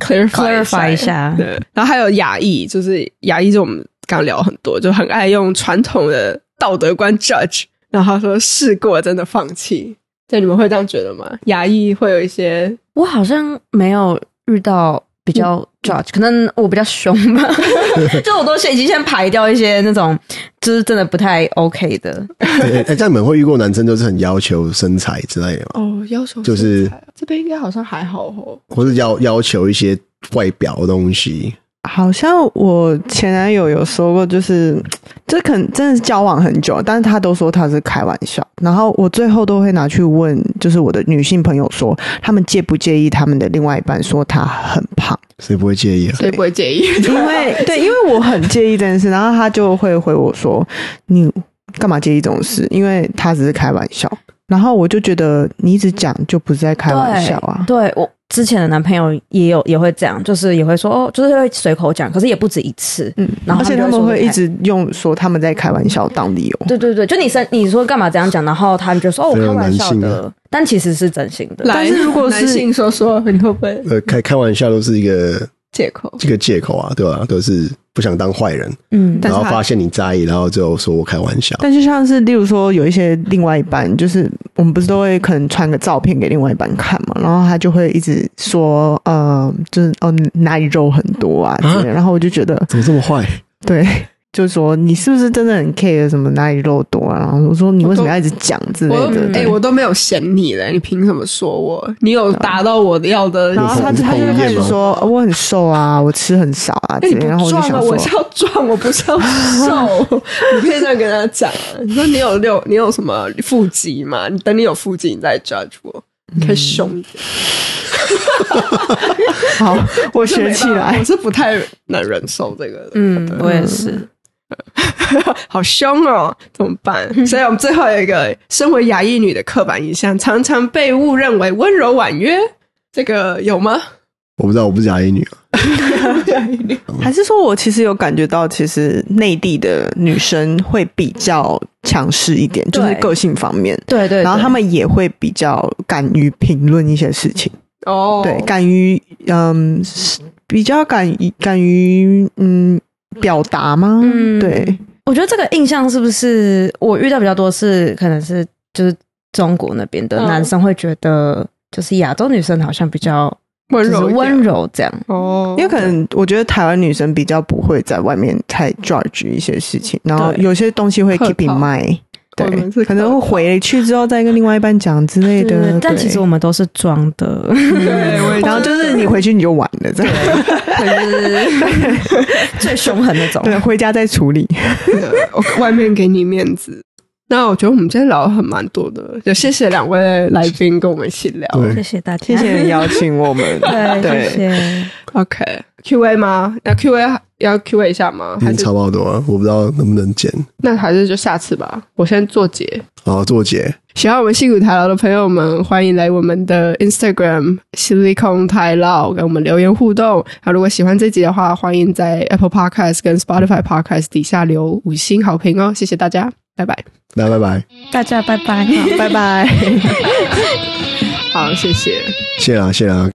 Speaker 2: clarify
Speaker 3: clarify 一下
Speaker 2: 对，然后还有亚裔，就是亚裔，就我们刚聊很多，就很爱用传统的道德观 judge。然后他说试过，真的放弃。对，你们会这样觉得吗？亚裔会有一些
Speaker 3: 我好像没有遇到比较 judge，可能我比较凶吧， 就我都先已经先排掉一些那种就是真的不太 OK 的。
Speaker 1: 对，哎，在你们会遇过男生就是很要求身材之类的吗？
Speaker 2: 哦要求
Speaker 1: 就是
Speaker 2: 身材啊这边应该好像还好哦。
Speaker 1: 或是要要求一些外表的东西？
Speaker 4: 好像我前男友有说过，就是这可能真的是交往很久，但是他都说他是开玩笑，然后我最后都会拿去问，就是我的女性朋友说，他们介不介意他们的另外一半说他很胖，
Speaker 1: 谁不会介意啊？
Speaker 2: 谁不会介意？
Speaker 4: 因为对，因为我很介意这件事，然后他就会回我说你干嘛介意这种事，因为他只是开玩笑，然后我就觉得你一直讲就不是在开玩笑啊，
Speaker 3: 对我之前的男朋友也有也会这样，就是也会说哦，就是会随口讲，可是也不止一次。
Speaker 4: 嗯，
Speaker 3: 然后
Speaker 4: 而且他
Speaker 3: 就
Speaker 4: 们
Speaker 3: 说
Speaker 4: 会
Speaker 3: 是
Speaker 4: 一
Speaker 3: 开
Speaker 4: 直用说他们在开玩笑当理由。
Speaker 3: 对对对，就你生你说干嘛这样讲，然后他们就说 哦，我
Speaker 1: 非
Speaker 3: 开
Speaker 1: 常
Speaker 3: 玩笑
Speaker 1: 男性
Speaker 3: 的
Speaker 1: 的，
Speaker 3: 但其实是真心的。
Speaker 2: 来，
Speaker 4: 但是如果
Speaker 2: 男
Speaker 4: 是
Speaker 2: 性说说，你会不会
Speaker 1: 呃，开开玩笑都是一个
Speaker 2: 借口？
Speaker 1: 这个借口啊，对吧、都是不想当坏人，
Speaker 3: 嗯，
Speaker 2: 但
Speaker 1: 然后
Speaker 2: 是他
Speaker 1: 发现你在意，然后就说我开玩笑。
Speaker 4: 但就像是例如说，有一些另外一半，就是我们不是都会可能传个照片给另外一半看嘛，然后他就会一直说，呃，就是哦哪里肉很多啊之类的，然后我就觉得
Speaker 1: 怎么这么坏？
Speaker 4: 对。就说你是不是真的很 care 什么哪里肉多啊？然后我说你为什么要一直讲之类
Speaker 2: 我
Speaker 4: 的
Speaker 2: 都？哎、
Speaker 4: 对
Speaker 2: 我都没有嫌你嘞，你凭什么说我？你有达到我要的？
Speaker 4: 然后他
Speaker 1: 你是
Speaker 4: 他就
Speaker 1: 彭于晏
Speaker 4: 会开始
Speaker 1: 吗
Speaker 4: 说、哦我很瘦啊，我吃很少啊
Speaker 2: 哎你
Speaker 4: 之类的。
Speaker 2: 不
Speaker 4: 然后我就
Speaker 2: 壮啊！
Speaker 4: 想
Speaker 2: 我
Speaker 4: 说，
Speaker 2: 是要壮，我不是要 瘦。你可以这样跟他讲啊，你说你有六，你有什么腹肌吗？你等你有腹肌，你再 judge 我，你可以凶一点。
Speaker 4: 好，我
Speaker 2: 我是没
Speaker 4: 学
Speaker 2: 办
Speaker 4: 起
Speaker 2: 法
Speaker 4: 来
Speaker 2: 我。是不太能忍受这个的。
Speaker 3: 嗯
Speaker 2: 对，
Speaker 3: 我也是。
Speaker 2: 好凶哦，怎么办？所以我们最后有一个身为亚裔女的刻板印象，常常被误认为温柔婉约，这个有吗？
Speaker 1: 我不知道，我不是假一女啊。
Speaker 2: 嗯
Speaker 4: 还是说我其实有感觉到，其实内地的女生会比较强势一点，就是个性方面。
Speaker 3: 对对，
Speaker 4: 然后他们也会比较敢于评论一些事情，
Speaker 2: 哦，
Speaker 4: 对，敢于嗯，是比较敢于敢于嗯表达吗？
Speaker 3: 嗯
Speaker 4: 对，
Speaker 3: 我觉得这个印象是不是我遇到比较多是可能是就是中国那边的
Speaker 2: 嗯
Speaker 3: 男生会觉得，就是亚洲女生好像比较
Speaker 2: 温
Speaker 3: 就是
Speaker 2: 柔一点
Speaker 3: 温柔这样。
Speaker 2: 哦，
Speaker 4: 因为可能我觉得台湾女生比较不会在外面太 judge 一些事情，然后
Speaker 2: 对
Speaker 4: 有些东西会
Speaker 2: 客
Speaker 4: keep in
Speaker 2: 套
Speaker 4: mind，
Speaker 2: 我们
Speaker 4: 对，
Speaker 2: 是
Speaker 4: 可能
Speaker 2: 客
Speaker 4: 会
Speaker 2: 套
Speaker 4: 回去之后再跟另外一半讲之类的。
Speaker 3: 但其
Speaker 4: 对
Speaker 3: 实我们都是装的，
Speaker 2: 对，我也
Speaker 4: 然后就是你回去你就完了，这样
Speaker 3: 最凶狠那种。
Speaker 4: 对，回家再处理。
Speaker 2: 我外面给你面子。那我觉得我们今天聊了很蛮多的，就谢谢两位来宾跟我们一起聊。
Speaker 1: 对
Speaker 3: 谢谢大家，
Speaker 4: 谢谢你邀请我们，
Speaker 3: 对，谢谢。
Speaker 2: OK，Q&A 吗？那 Q&A 要 Q&A 一下吗？
Speaker 1: 已
Speaker 2: 还
Speaker 1: 经
Speaker 2: 是
Speaker 1: 差不多啊，我不知道能不能剪。
Speaker 2: 那还是就下次吧。我先做结。
Speaker 1: 好，做结，
Speaker 2: 喜欢我们戏骨台劳的朋友们，欢迎来我们的 Instagram Silicon 台劳跟我们留言互动。那如果喜欢这集的话，欢迎在 Apple Podcast 跟 Spotify Podcast 底下留五星好评哦，谢谢大家，拜拜。
Speaker 1: 那拜拜，
Speaker 3: 大家拜拜。
Speaker 4: 拜拜。
Speaker 2: 好，谢谢。
Speaker 1: 谢啦谢啦。